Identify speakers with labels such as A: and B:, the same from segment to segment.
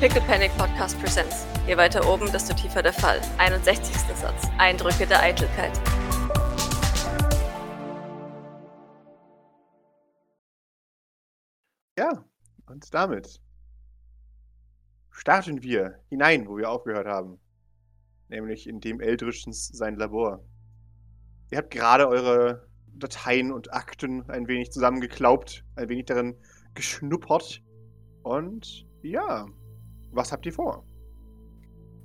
A: Pickle Panic Podcast Presents. Je weiter oben, desto tiefer der Fall. 61. Satz. Eindrücke der Eitelkeit.
B: Ja, und damit starten wir hinein, wo wir aufgehört haben. Nämlich in dem Eldrischens sein Labor. Ihr habt gerade eure Dateien und Akten ein wenig zusammengeklaubt, ein wenig darin geschnuppert. Und ja, was habt ihr vor?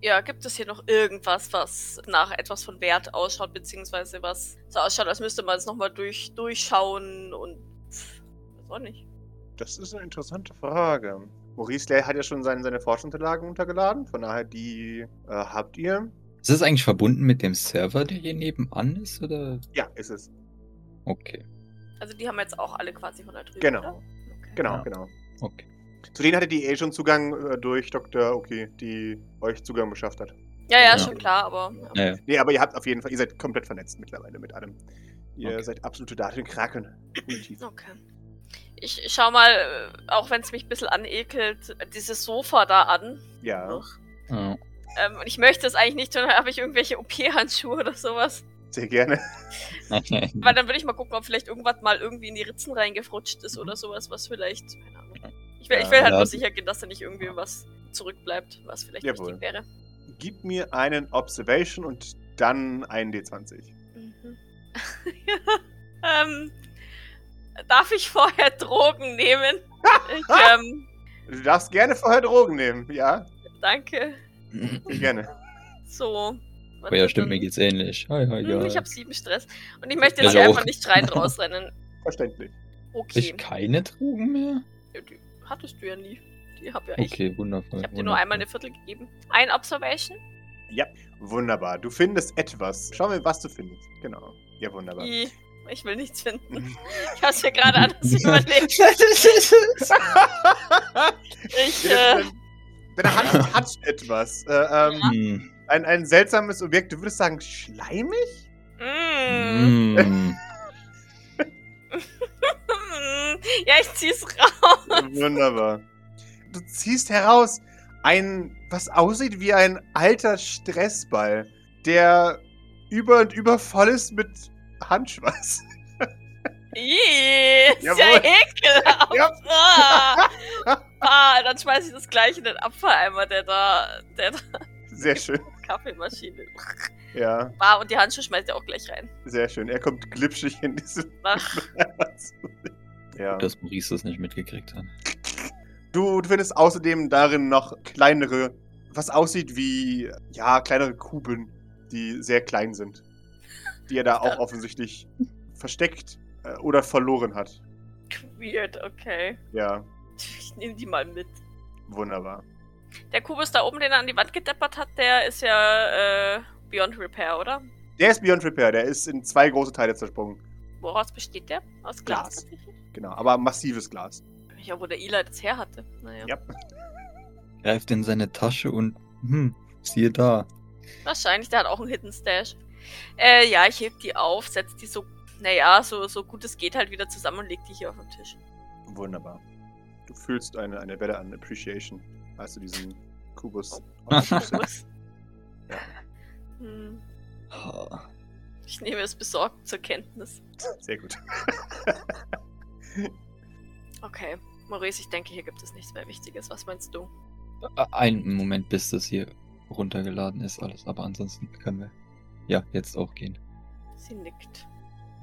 A: Ja, gibt es hier noch irgendwas, was nach etwas von Wert ausschaut, beziehungsweise was so ausschaut, als müsste man es nochmal durch, durchschauen und pff, weiß auch nicht.
B: Das ist eine interessante Frage. Maurice Lay hat ja schon seine, seine Forschungsunterlagen runtergeladen, von daher die äh, habt ihr.
C: Ist das eigentlich verbunden mit dem Server, der hier nebenan ist, oder?
B: Ja, ist es.
C: Okay.
A: Also die haben jetzt auch alle quasi von da drüben.
B: Genau.
A: Oder?
B: Genau,
C: Ja.
B: genau.
C: Okay.
B: Zu denen hattet ihr eh schon Zugang äh, durch Dr. Okay, die euch Zugang beschafft hat.
A: Ja, ja,
C: Ja.
A: schon klar, aber
C: Naja.
B: Nee, aber ihr habt auf jeden Fall, ihr seid komplett vernetzt mittlerweile mit allem. Ihr
C: Okay.
B: seid absolute Datenkraken. Definitiv.
A: Okay. Ich schau mal, äh, auch wenn es mich ein bisschen anekelt, dieses Sofa da an.
B: Ja,
C: Ja.
A: Ähm, und ich möchte es eigentlich nicht, sondern habe ich irgendwelche OP-Handschuhe oder sowas.
B: sehr gerne.
A: Weil dann würde ich mal gucken, ob vielleicht irgendwas mal irgendwie in die Ritzen reingefrutscht ist oder sowas, was vielleicht. Keine Ahnung. Ich will, ich will
C: Ja,
A: halt
C: ja.
A: nur sicher gehen, dass da nicht irgendwie was zurückbleibt, was vielleicht
B: Jawohl.
A: wichtig wäre.
B: Gib mir einen Observation und dann einen D20.
A: Mhm. ähm, darf ich vorher Drogen nehmen? Ich, ähm,
B: Du darfst gerne vorher Drogen nehmen, ja?
A: danke.
B: Sehr gerne.
A: So. was
C: Aber Oh ja,
A: ist
C: stimmt,
A: denn-
C: mir geht's ähnlich. Hoi, hoi,
A: Hm,
C: hoi.
A: Ich habe sieben Stress. Und ich möchte jetzt
C: Ich
A: hier
C: auch.
A: einfach nicht schreiend rausrennen.
B: Verständlich.
C: Hab
A: Okay.
C: ich keine Drogen mehr?
A: Ja, die hattest du ja nie. Die hab ja ich.
C: Okay, wundervoll.
A: Ich habe dir nur einmal eine Viertel gegeben. Ein Observation?
B: Wunderbar. Du findest etwas. Schau mal, was du findest. Genau. Ja, wunderbar.
A: I, ich will nichts finden. Ich hab's mir gerade anders überlegt. Ich, äh,
B: Deine deine Hand hat etwas. Äh, ähm,
C: Hm.
B: ein, ein seltsames Objekt. Du würdest sagen, schleimig?
A: mm,
C: Hm.
A: mm. ja, ich zieh's raus.
B: Wunderbar. Du ziehst heraus ein, was aussieht wie ein alter Stressball, der über und über voll ist mit Handschweiß.
A: I, ist ja
B: Jawohl.
A: ekelhaft.
B: Ja.
A: Ah. Ah, dann schmeiß ich das gleich in den Abfalleimer, der da, der da
B: Sehr schön.
A: Kaffeemaschine
B: Ja,
A: war. Und die Handschuhe schmeißt er auch gleich rein.
B: sehr schön. Er kommt glitschig in diesen.
A: Ach,
B: Ja.
C: Dass Maurice das nicht mitgekriegt hat.
B: Du findest außerdem darin noch kleinere, was aussieht wie, ja, kleinere Kuben, die sehr klein sind. Die er da auch offensichtlich versteckt äh, oder verloren hat.
A: weird, okay.
B: Ja,
A: Ich nehme die mal mit.
B: wunderbar.
A: Der Kubus da oben, den er an die Wand gedeppert hat, der ist ja äh, Beyond Repair, oder?
B: Der ist Beyond Repair, der ist in zwei große Teile zersprungen.
A: Woraus besteht der? Aus Glas?
B: Genau, aber massives Glas.
A: Ja, wo der Eli das her hatte. Naja.
B: Ja.
C: Greift in seine Tasche und, hm, siehe da.
A: Wahrscheinlich, der hat auch einen Hidden Stash. Äh, ja, ich heb die auf, setz die so, naja, so, so gut es geht halt wieder zusammen und leg die hier auf den Tisch.
B: Wunderbar. Du fühlst eine, eine Welle an Appreciation, als du diesen Kubus.
A: Kubus.
B: Ja.
A: Hm,
C: Ah,
A: ich nehme es besorgt zur Kenntnis.
B: Sehr gut.
A: Okay. Maurice, ich denke, hier gibt es nichts mehr Wichtiges. Was meinst du?
C: Einen Moment, bis das hier runtergeladen ist, alles. Aber ansonsten können wir ja jetzt auch gehen.
A: Sie nickt.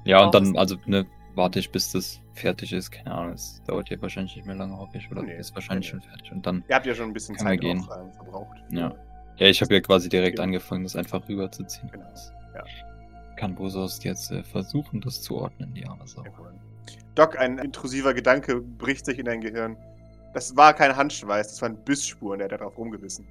C: Ja,
A: Auch
C: und dann,
A: ist-
C: also, ne, warte ich, bis das fertig ist. Keine Ahnung, es dauert ja wahrscheinlich nicht mehr lange, hoffe ich. Oder
B: Nee,
C: ist wahrscheinlich
B: nee,
C: schon fertig. Und dann,
B: Ihr habt ja schon ein bisschen
C: Kann man
B: Zeit
C: gehen.
B: auch, ähm, verbraucht.
C: Ja. ja, ich habe ja quasi direkt
B: Ja.
C: angefangen, das einfach rüberzuziehen.
B: Genau,
C: Das
B: ja.
C: Kann Bosos jetzt äh, versuchen, das zu ordnen, also. die arme Sau.
B: Jawohl. Doc, ein intrusiver Gedanke bricht sich in dein Gehirn. Das war kein Handschweiß, das waren Bissspuren, der hat darauf rumgebissen.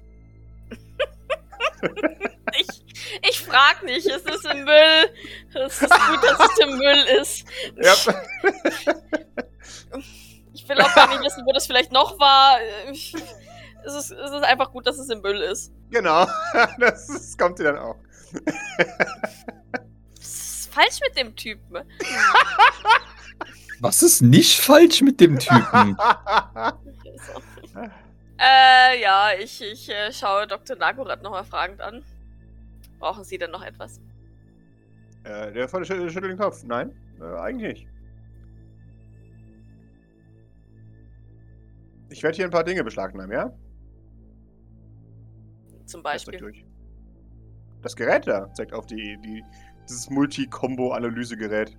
A: Ich, ich frag nicht, es ist im Müll. Es ist gut, dass es im Müll ist.
B: Ja.
A: Ich will auch gar nicht wissen, wo das vielleicht noch war. Ich- Es ist, es ist einfach gut, dass es im Müll ist.
B: genau, das, ist- kommt dir dann auch.
A: Was ist falsch mit dem Typen?
C: Was ist nicht falsch mit dem Typen?
A: Ich weiß auch nicht. Äh, ja, ich, ich äh, schaue Dr. Nagorath nochmal fragend an. Brauchen Sie denn noch etwas?
B: Äh, der Vater schü schüttelt den Kopf. Nein, äh, eigentlich nicht. Ich werde hier ein paar Dinge beschlagnahmen, ja?
A: Zum
B: Lass mich
A: Beispiel.
B: durch. Das Gerät da zeigt auf die, die dieses Multi-Combo-Analysegerät.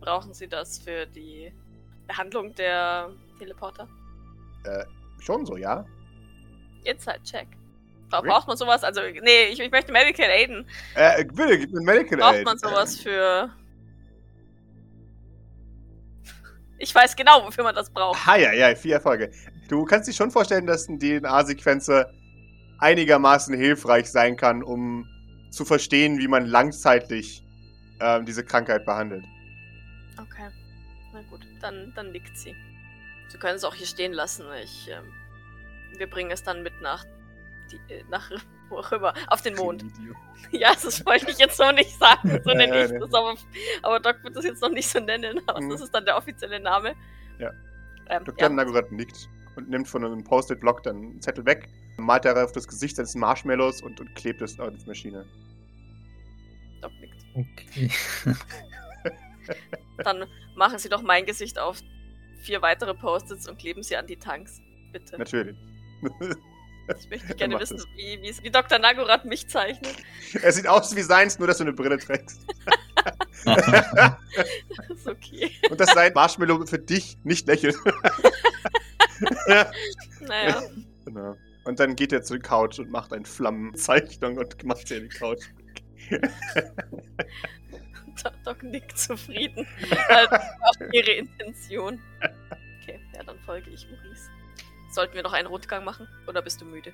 A: Brauchen Sie das für die Behandlung der Teleporter?
B: Schon so, ja?
A: Inside-Check. Bra-
B: Okay.
A: Braucht man sowas? Also, nee, ich, ich möchte Medical aiden.
B: Äh, bitte, gib mir ein Medical
A: Braucht
B: Aid.
A: man sowas für. Ich weiß genau, wofür man das braucht.
B: Ha, ja, ja, vier Erfolge. Du kannst dir schon vorstellen, dass ein DNA-Sequenzer einigermaßen hilfreich sein kann, um zu verstehen, wie man langzeitlich ähm, diese Krankheit behandelt.
A: Okay. Na gut, dann, dann nickt sie. Sie können es auch hier stehen lassen. Ich, ähm, wir bringen es dann mit nach, die, äh, nach wo auch immer, auf den Mond. ja, das wollte ich jetzt noch nicht sagen, so
B: Ja,
A: nenne
B: ja,
A: ich
B: nee.
A: das, aber, aber Doc wird das jetzt noch nicht so nennen, aber
B: Mhm.
A: das ist dann der offizielle Name.
B: Ja.
A: Ähm,
B: Dr.
A: ja.
B: Nagorath nickt und nimmt von einem Post-it-Block dann einen Zettel weg, malt darauf das Gesicht seines Marshmallows und, und klebt es auf die Maschine.
A: Doc nickt.
C: Okay.
A: Dann machen Sie doch mein Gesicht auf vier weitere Post-its und kleben Sie an die Tanks. Bitte.
B: Natürlich.
A: Ich möchte
B: er
A: gerne
B: macht
A: wissen,
B: es.
A: wie, wie, wie Dr. Nagorath mich zeichnet.
B: es sieht aus wie seins, nur dass du eine Brille trägst.
A: Das ist okay.
B: Und dass sein Marshmallow für dich nicht lächelt.
A: Naja.
B: Genau. Und dann geht er zur Couch und macht eine Flammenzeichnung und macht sie an die Couch.
A: Do- Doc nickt zufrieden. Weil das war auch ihre Intention. Okay, ja, dann folge ich Maurice. Sollten wir noch einen Rundgang machen? Oder bist du müde?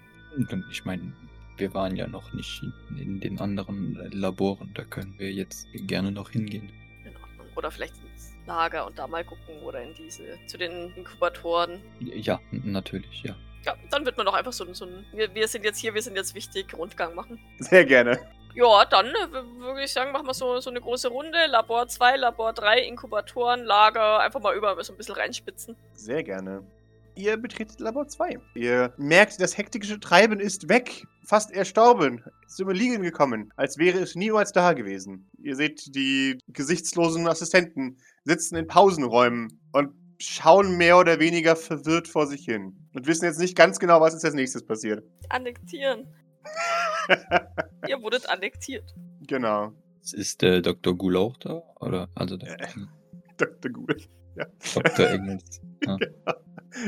C: Ich meine, wir waren ja noch nicht in- in den anderen äh, Laboren. Da können wir jetzt gerne noch hingehen.
A: In Ordnung. Oder vielleicht ins Lager und da mal gucken. Oder in diese, zu den Inkubatoren.
C: Ja, n- natürlich, ja.
A: Ja, dann wird man doch einfach so, ein- so ein, wir, wir sind jetzt hier, wir sind jetzt wichtig, Rundgang machen.
B: Sehr gerne.
A: Ja, dann äh, w- würde ich sagen, machen wir so, so eine große Runde. Labor 2, Labor 3, Inkubatoren, Lager, einfach mal über so ein bisschen reinspitzen.
B: Sehr gerne. Ihr betretet Labor 2. Ihr merkt, das hektische Treiben ist weg. Fast erstorben. Ist zum Liegen gekommen. Als wäre es niemals da gewesen. Ihr seht, die gesichtslosen Assistenten sitzen in Pausenräumen und schauen mehr oder weniger verwirrt vor sich hin. Und wissen jetzt nicht ganz genau, was ist als nächstes passiert.
A: Annektieren. Ihr wurdet annektiert.
B: genau.
C: Ist der Dr. Gulauch da? Oder? Also der
B: Äh, Dr. Google.
C: Dr. Engels.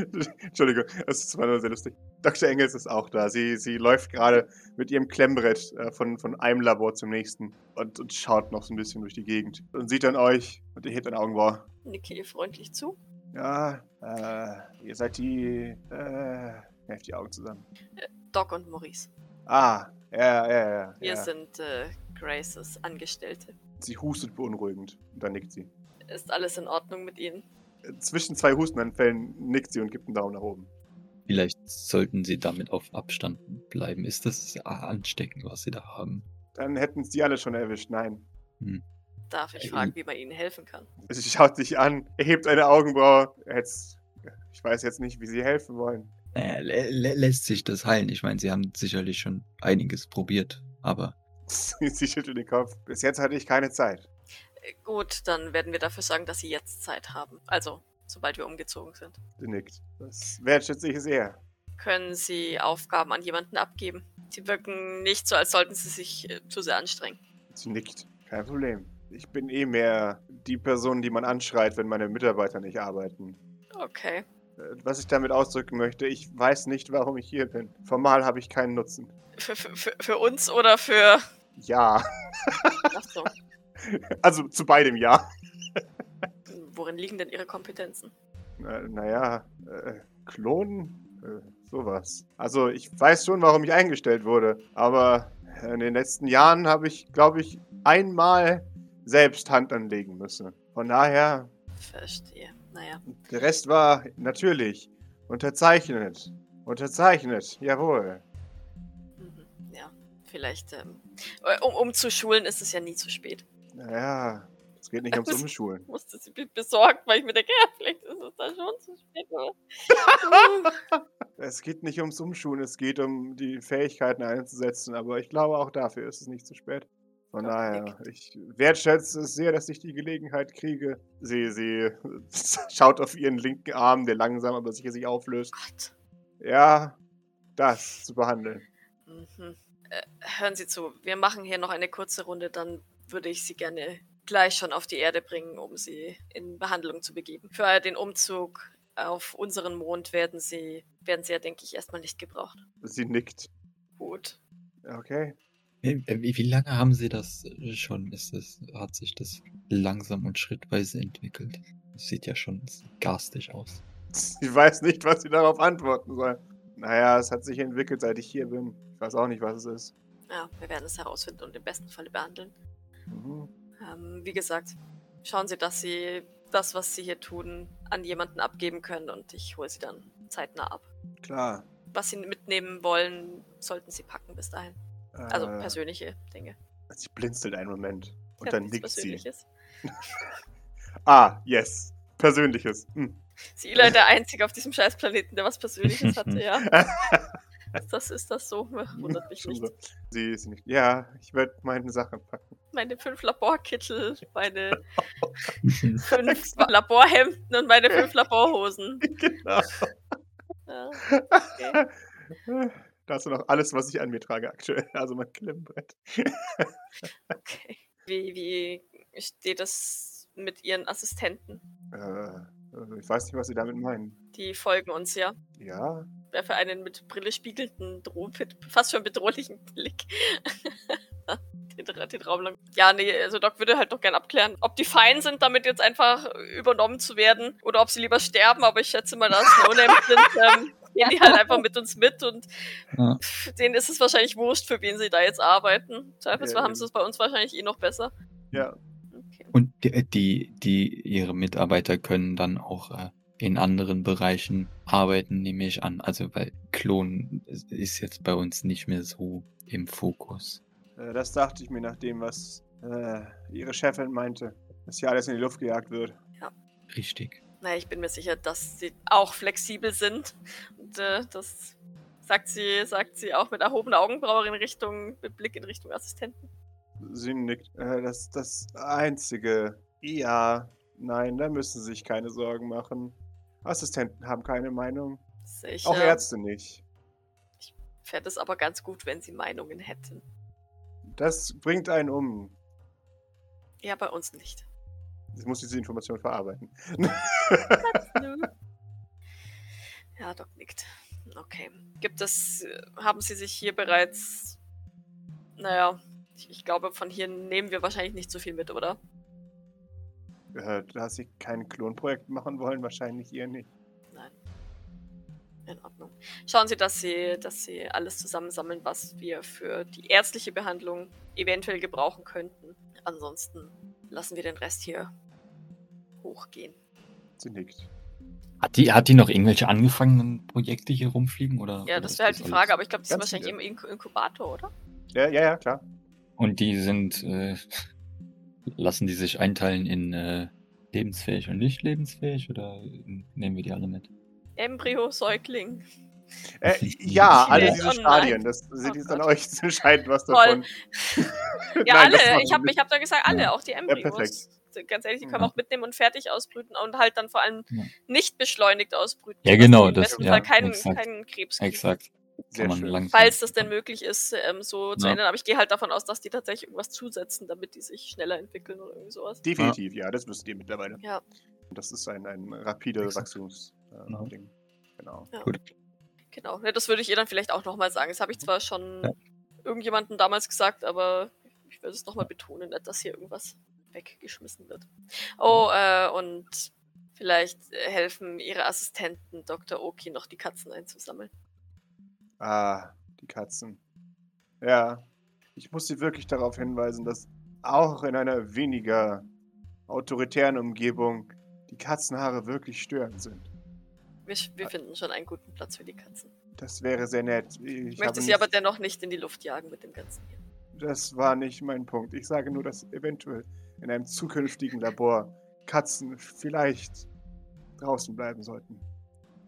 B: Entschuldigung, das war nur sehr lustig. Dr. Engels ist auch da. Sie, sie läuft gerade mit ihrem Klemmbrett äh, von, von einem Labor zum nächsten und, und schaut noch so ein bisschen durch die Gegend und sieht dann euch und ihr hebt ein Augenbrauch.
A: Nicke ihr freundlich zu.
B: Ja, äh, ihr seid die, äh, helft die Augen zusammen.
A: Doc und Maurice.
B: Ah, ja, ja, ja.
A: Wir
B: ja.
A: sind äh, Graces Angestellte.
B: Sie hustet beunruhigend und dann nickt sie.
A: Ist alles in Ordnung mit Ihnen?
B: Äh, Zwischen zwei Hustenanfällen nickt sie und gibt einen Daumen nach oben.
C: Vielleicht sollten sie damit auf Abstand bleiben. Ist das a- ansteckend, was sie da haben?
B: Dann hätten es die alle schon erwischt. Nein.
A: Darf ich
C: Ähm.
A: fragen, wie man Ihnen helfen kann?
B: Sie schaut dich an, erhebt eine Augenbraue. Jetzt, ich weiß jetzt nicht, wie sie helfen wollen.
C: Naja, lä lä lässt sich das heilen? Ich meine, sie haben sicherlich schon einiges probiert, aber
B: sie schüttelt den Kopf. Bis jetzt hatte ich keine Zeit.
A: Äh, Gut, dann werden wir dafür sagen, dass Sie jetzt Zeit haben. Also, sobald wir umgezogen sind.
B: Sie nickt. Das wertschätze ich sehr.
A: Können Sie Aufgaben an jemanden abgeben? Sie wirken nicht so, als sollten Sie sich äh, zu sehr anstrengen.
B: Sie nickt. Kein Problem. Ich bin eh mehr die Person, die man anschreit, wenn meine Mitarbeiter nicht arbeiten.
A: Okay.
B: Äh, Was ich damit ausdrücken möchte, ich weiß nicht, warum ich hier bin. Formal habe ich keinen Nutzen.
A: Für, für, für, für uns oder für.
B: Ja.
A: Ach so.
B: Also zu beidem Ja.
A: Worin liegen denn Ihre Kompetenzen?
B: Na, naja, äh, Klonen? Äh, sowas. Also, ich weiß schon, warum ich eingestellt wurde, aber in den letzten Jahren habe ich, glaube ich, einmal selbst Hand anlegen müssen. Von daher,
A: Verstehe. Naja.
B: der Rest war natürlich unterzeichnet. Unterzeichnet, jawohl.
A: Mhm. Ja. Vielleicht. Ähm, äh, um, um zu schulen ist es ja nie zu spät.
B: Naja, es geht nicht ums Umschulen.
A: Ich Oh musste sie be- besorgt, weil ich mir denke, ja, vielleicht ist es da schon zu spät. Oder?
B: Es geht nicht ums Umschulen, es geht um die Fähigkeiten einzusetzen, aber ich glaube, auch dafür ist es nicht zu spät. Von
A: Gott,
B: daher, ich wertschätze es sehr, dass ich die Gelegenheit kriege. Sie, sie schaut auf ihren linken Arm, der langsam aber sicher sich auflöst.
A: Gott.
B: Ja, das zu behandeln.
A: Mhm. Äh, hören Sie zu, wir machen hier noch eine kurze Runde, dann würde ich Sie gerne gleich schon auf die Erde bringen, um Sie in Behandlung zu begeben. Für den Umzug auf unseren Mond werden Sie, werden Sie ja, denke ich, erstmal nicht gebraucht.
B: Sie nickt.
A: Gut.
B: Okay.
C: Wie, wie wie lange haben Sie das schon? Ist es, hat sich das langsam und schrittweise entwickelt? Das sieht ja schon garstig aus.
B: Sie weiß nicht, was sie darauf antworten soll. Naja, es hat sich entwickelt, seit ich hier bin. Ich weiß auch nicht, was es ist.
A: Ja, wir werden es herausfinden und im besten Falle behandeln.
B: Mhm.
A: Ähm, wie gesagt, schauen Sie, dass Sie das, was Sie hier tun, an jemanden abgeben können und ich hole Sie dann zeitnah ab.
B: Klar.
A: Was Sie mitnehmen wollen, sollten Sie packen bis dahin. Also
B: äh,
A: persönliche Dinge.
B: sie blinzelt einen Moment und
A: Ja,
B: dann
A: nichts
B: nickt sie.
A: Persönliches.
B: Ah, yes. Persönliches. Hm.
A: Sie ist der Einzige auf diesem Scheißplaneten, der was Persönliches hatte, ja. Das ist das so, wundert mich
B: Schon
A: nicht.
B: so. Sie ist nicht. Ja, ich werde meine Sachen packen.
A: Meine fünf Laborkittel, meine fünf Laborhemden und meine fünf Laborhosen.
B: genau.
A: Ja.
B: Da hast du noch alles, was ich an mir trage aktuell. Also mein Klemmbrett.
A: Okay. Wie, wie steht das mit ihren Assistenten?
B: Äh, äh, ich weiß nicht, was sie damit meinen.
A: Die folgen uns ja.
B: Ja.
A: Wer für einen mit Brille spiegelnden, dro- fit- fast schon bedrohlichen Blick den, Ra- den Raum lang. Ja, nee, also Doc würde halt doch gern abklären, ob die fein sind, damit jetzt einfach übernommen zu werden oder ob sie lieber sterben, aber ich schätze mal, da es No-Names sind, ähm, gehen die halt einfach mit uns mit und
C: Ja.
A: pff, denen ist es wahrscheinlich wurscht, für wen sie da jetzt arbeiten. Zweifelsfall
B: Ja,
A: haben sie
B: eben.
A: es bei uns wahrscheinlich eh noch besser.
B: Ja.
A: Okay.
C: Und die, äh, die, die ihre Mitarbeiter können dann auch äh, in anderen Bereichen arbeiten, nehme ich an. Also weil Klonen ist- ist jetzt bei uns nicht mehr so im Fokus.
B: Äh, das dachte ich mir nach dem, was äh, ihre Chefin meinte. Dass hier alles in die Luft gejagt wird.
C: Richtig.
A: Naja, ich bin mir sicher, dass sie auch flexibel sind. Und äh, das sagt sie, sagt sie auch mit erhobener Augenbraue in Richtung, mit Blick in Richtung Assistenten.
B: Sie nickt. Äh, das, das einzige. Ja, nein, da müssen Sie sich keine Sorgen machen. Assistenten haben keine Meinung.
A: Sicher.
B: Auch Ärzte nicht.
A: Fährt es aber ganz gut, wenn sie Meinungen hätten.
B: Das bringt einen um.
A: Ja, bei uns nicht.
B: Ich muss diese Information verarbeiten.
A: Nö. ja, Doc nickt. Okay. Gibt es, äh, haben sie sich hier bereits, naja, ich, ich glaube, von hier nehmen wir wahrscheinlich nicht so viel mit, oder?
B: Äh, da Sie kein Klonprojekt machen wollen, wahrscheinlich ihr nicht.
A: In Ordnung. Schauen Sie, dass Sie, dass Sie alles zusammensammeln, was wir für die ärztliche Behandlung eventuell gebrauchen könnten. Ansonsten lassen wir den Rest hier hochgehen.
B: Sie nickt.
C: Hat die, hat die noch irgendwelche angefangenen Projekte hier rumfliegen? Oder,
A: Ja,
C: oder
A: das
C: ist
A: wäre halt die
C: alles-
A: Frage, aber ich glaube, die sind
B: Ganz
A: wahrscheinlich im Ink- Inkubator, oder?
B: Ja, ja, ja, klar.
C: Und die sind, äh, lassen die sich einteilen in äh, lebensfähig und nicht lebensfähig oder nehmen wir die alle mit?
A: Embryo, Säugling.
B: Äh, ja, alle
A: Nee,
B: diese
A: oh nein.
B: Stadien. Das sind
A: Oh
B: jetzt an
A: Gott.
B: euch zu entscheiden, was
A: Toll.
B: davon.
A: Ja,
B: Nein, das
A: alle.
B: macht
A: Ich habe
B: Sinn.
A: ich hab da gesagt, alle,
C: Ja.
A: auch die Embryos. Ganz ehrlich, die können wir
C: Ja.
A: auch mitnehmen und fertig ausbrüten und halt dann vor allem
C: Ja.
A: nicht beschleunigt ausbrüten.
C: Ja, genau,
A: dass die Im
C: das-
A: besten
C: ja,
A: Fall keinen,
C: exakt.
A: keinen Krebs kriegen.
C: Exakt.
B: Sehr schön.
C: langsam-
A: falls das denn möglich ist, ähm, so zu
C: Ja.
A: ändern. Aber ich gehe halt davon aus, dass die tatsächlich irgendwas zusetzen, damit die sich schneller entwickeln oder irgendwie sowas.
B: Definitiv, ja, das wisst ihr mittlerweile.
A: Ja.
B: Das ist ein, ein rapides
C: Exakt.
B: Wachstumsding.
C: Genau.
B: Äh, Ding. Genau.
A: Genau. Ne, das würde ich ihr dann vielleicht auch nochmal sagen. Das habe ich zwar schon
C: Ja.
A: irgendjemandem damals gesagt, aber ich würde es nochmal betonen, nicht, dass hier irgendwas weggeschmissen wird. Oh, äh, und vielleicht äh, helfen ihre Assistenten Dr. Oki noch die Katzen einzusammeln.
B: Ah, die Katzen. Ja, ich muss Sie wirklich darauf hinweisen, dass auch in einer weniger autoritären Umgebung die Katzenhaare wirklich störend sind.
A: Wir, sch- wir finden schon einen guten Platz für die Katzen.
B: Das wäre sehr nett. Ich,
A: Ich möchte
B: habe
A: sie
B: nicht-
A: aber dennoch nicht in die Luft jagen mit dem Ganzen hier.
B: Das war nicht mein Punkt. Ich sage nur, dass eventuell in einem zukünftigen Labor Katzen vielleicht draußen bleiben sollten.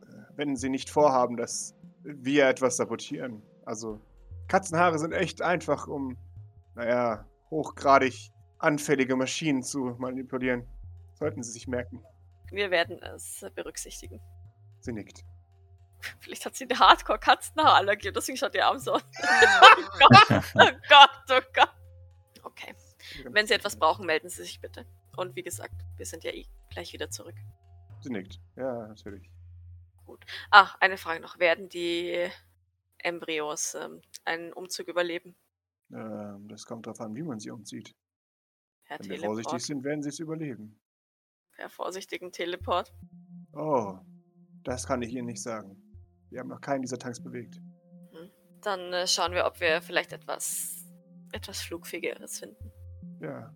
B: Äh, Wenn sie nicht vorhaben, dass wir etwas sabotieren. Also, Katzenhaare sind echt einfach, um, naja, hochgradig anfällige Maschinen zu manipulieren. Sollten Sie sich merken.
A: Wir werden es berücksichtigen.
B: Sie nickt.
A: Vielleicht hat sie eine Hardcore-Katzenhaarallergie und deswegen schaut ihr arm so. oh Gott, oh Gott, oh Gott. Okay. Wenn Sie etwas brauchen, melden Sie sich bitte. Und wie gesagt, wir sind ja eh gleich wieder zurück.
B: Sie nickt. Ja, natürlich.
A: Gut. Ah, eine Frage noch. Werden die Embryos ähm, einen Umzug überleben?
B: Ähm, das kommt darauf an, wie man sie umzieht.
A: Herr
B: Wenn wir
A: Teleport.
B: vorsichtig sind, werden sie es überleben.
A: Herr vorsichtigen Teleport.
B: Oh, das kann ich Ihnen nicht sagen. Wir haben noch keinen dieser Tanks bewegt.
A: Dann äh, schauen wir, ob wir vielleicht etwas, etwas Flugfähigeres finden.
B: Ja,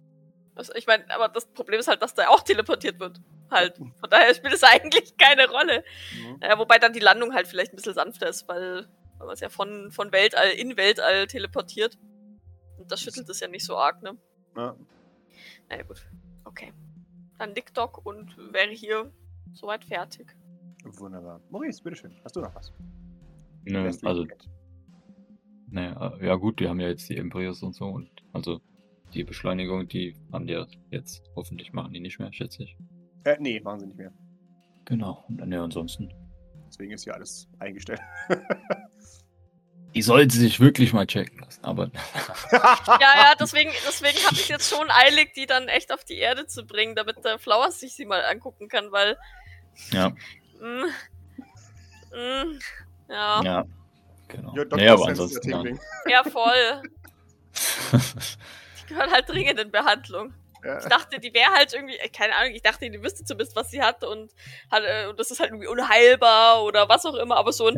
A: Also, ich meine, aber das Problem ist halt, dass da auch teleportiert wird. Halt. Von daher spielt es eigentlich keine Rolle.
B: mhm.
A: Ja, wobei dann die Landung halt vielleicht ein bisschen sanfter ist, weil, weil man es ja von, von Weltall in Weltall teleportiert. Und das schüttelt es ja nicht so arg, ne?
B: ja.
A: Naja, gut. Okay. Dann Dick Dog und wäre hier soweit fertig.
B: wunderbar. Maurice, bitteschön. Hast du noch was?
C: Nö,
B: Restlichen
C: also,
B: Geld.
C: naja, ja gut, die haben ja jetzt die Embryos und so und also die Beschleunigung, die haben die ja jetzt. Hoffentlich machen die nicht mehr, schätze ich.
B: Äh, nee, machen sie nicht mehr.
C: Genau. Und dann ja ansonsten.
B: Deswegen ist hier alles eingestellt.
C: Die sollten sich wirklich mal checken lassen, aber
A: Ja, ja, deswegen, deswegen habe ich jetzt schon eilig, die dann echt auf die Erde zu bringen, damit der Flowers sich sie mal angucken kann, weil.
C: ja.
A: Mm, mm, ja,
C: Ja. Genau.
B: Your
C: naja, aber
B: doctor sends
C: ansonsten.
B: the
C: Ja.
B: tingling.
A: ja, voll.
C: ja,
A: Die gehören halt dringend in Behandlung. Ich
B: Ja.
A: dachte, die wäre halt irgendwie, äh, keine Ahnung, ich dachte, die wüsste zumindest, was sie hat und, hat, äh, und das ist halt irgendwie unheilbar oder was auch immer, aber so ein,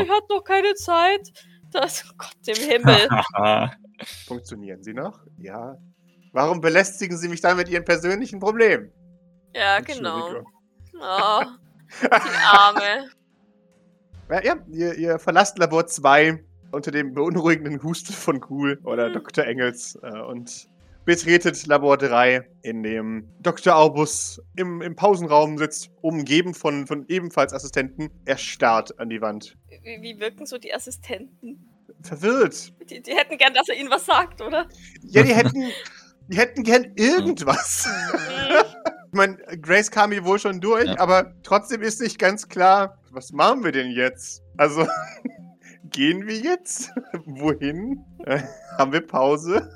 A: ich hatte noch keine Zeit. Das, oh Gott im Himmel.
B: Funktionieren sie noch? Ja. Warum belästigen sie mich dann mit ihrem persönlichen Problem?
A: Ja, genau.
B: Entschuldigung.
A: Oh, die Arme.
B: Ja, ja ihr, ihr verlasst Labor 2 unter dem beunruhigenden Husten von Kuhl oder
A: Mhm.
B: Dr. Engels äh, und betretet Labor 3, in dem Dr. Aubus im, im Pausenraum sitzt, umgeben von, von ebenfalls Assistenten, erstarrt an die Wand.
A: Wie, wie wirken so die Assistenten?
B: Verwirrt.
A: Die, die hätten gern, dass er ihnen was sagt, oder?
B: Ja, die hätten, die hätten gern irgendwas.
A: Hm,
B: Ich meine, Grace kam hier wohl schon durch,
C: Ja.
B: aber trotzdem ist nicht ganz klar, was machen wir denn jetzt? Also, gehen wir jetzt? Wohin? Äh, haben wir Pause?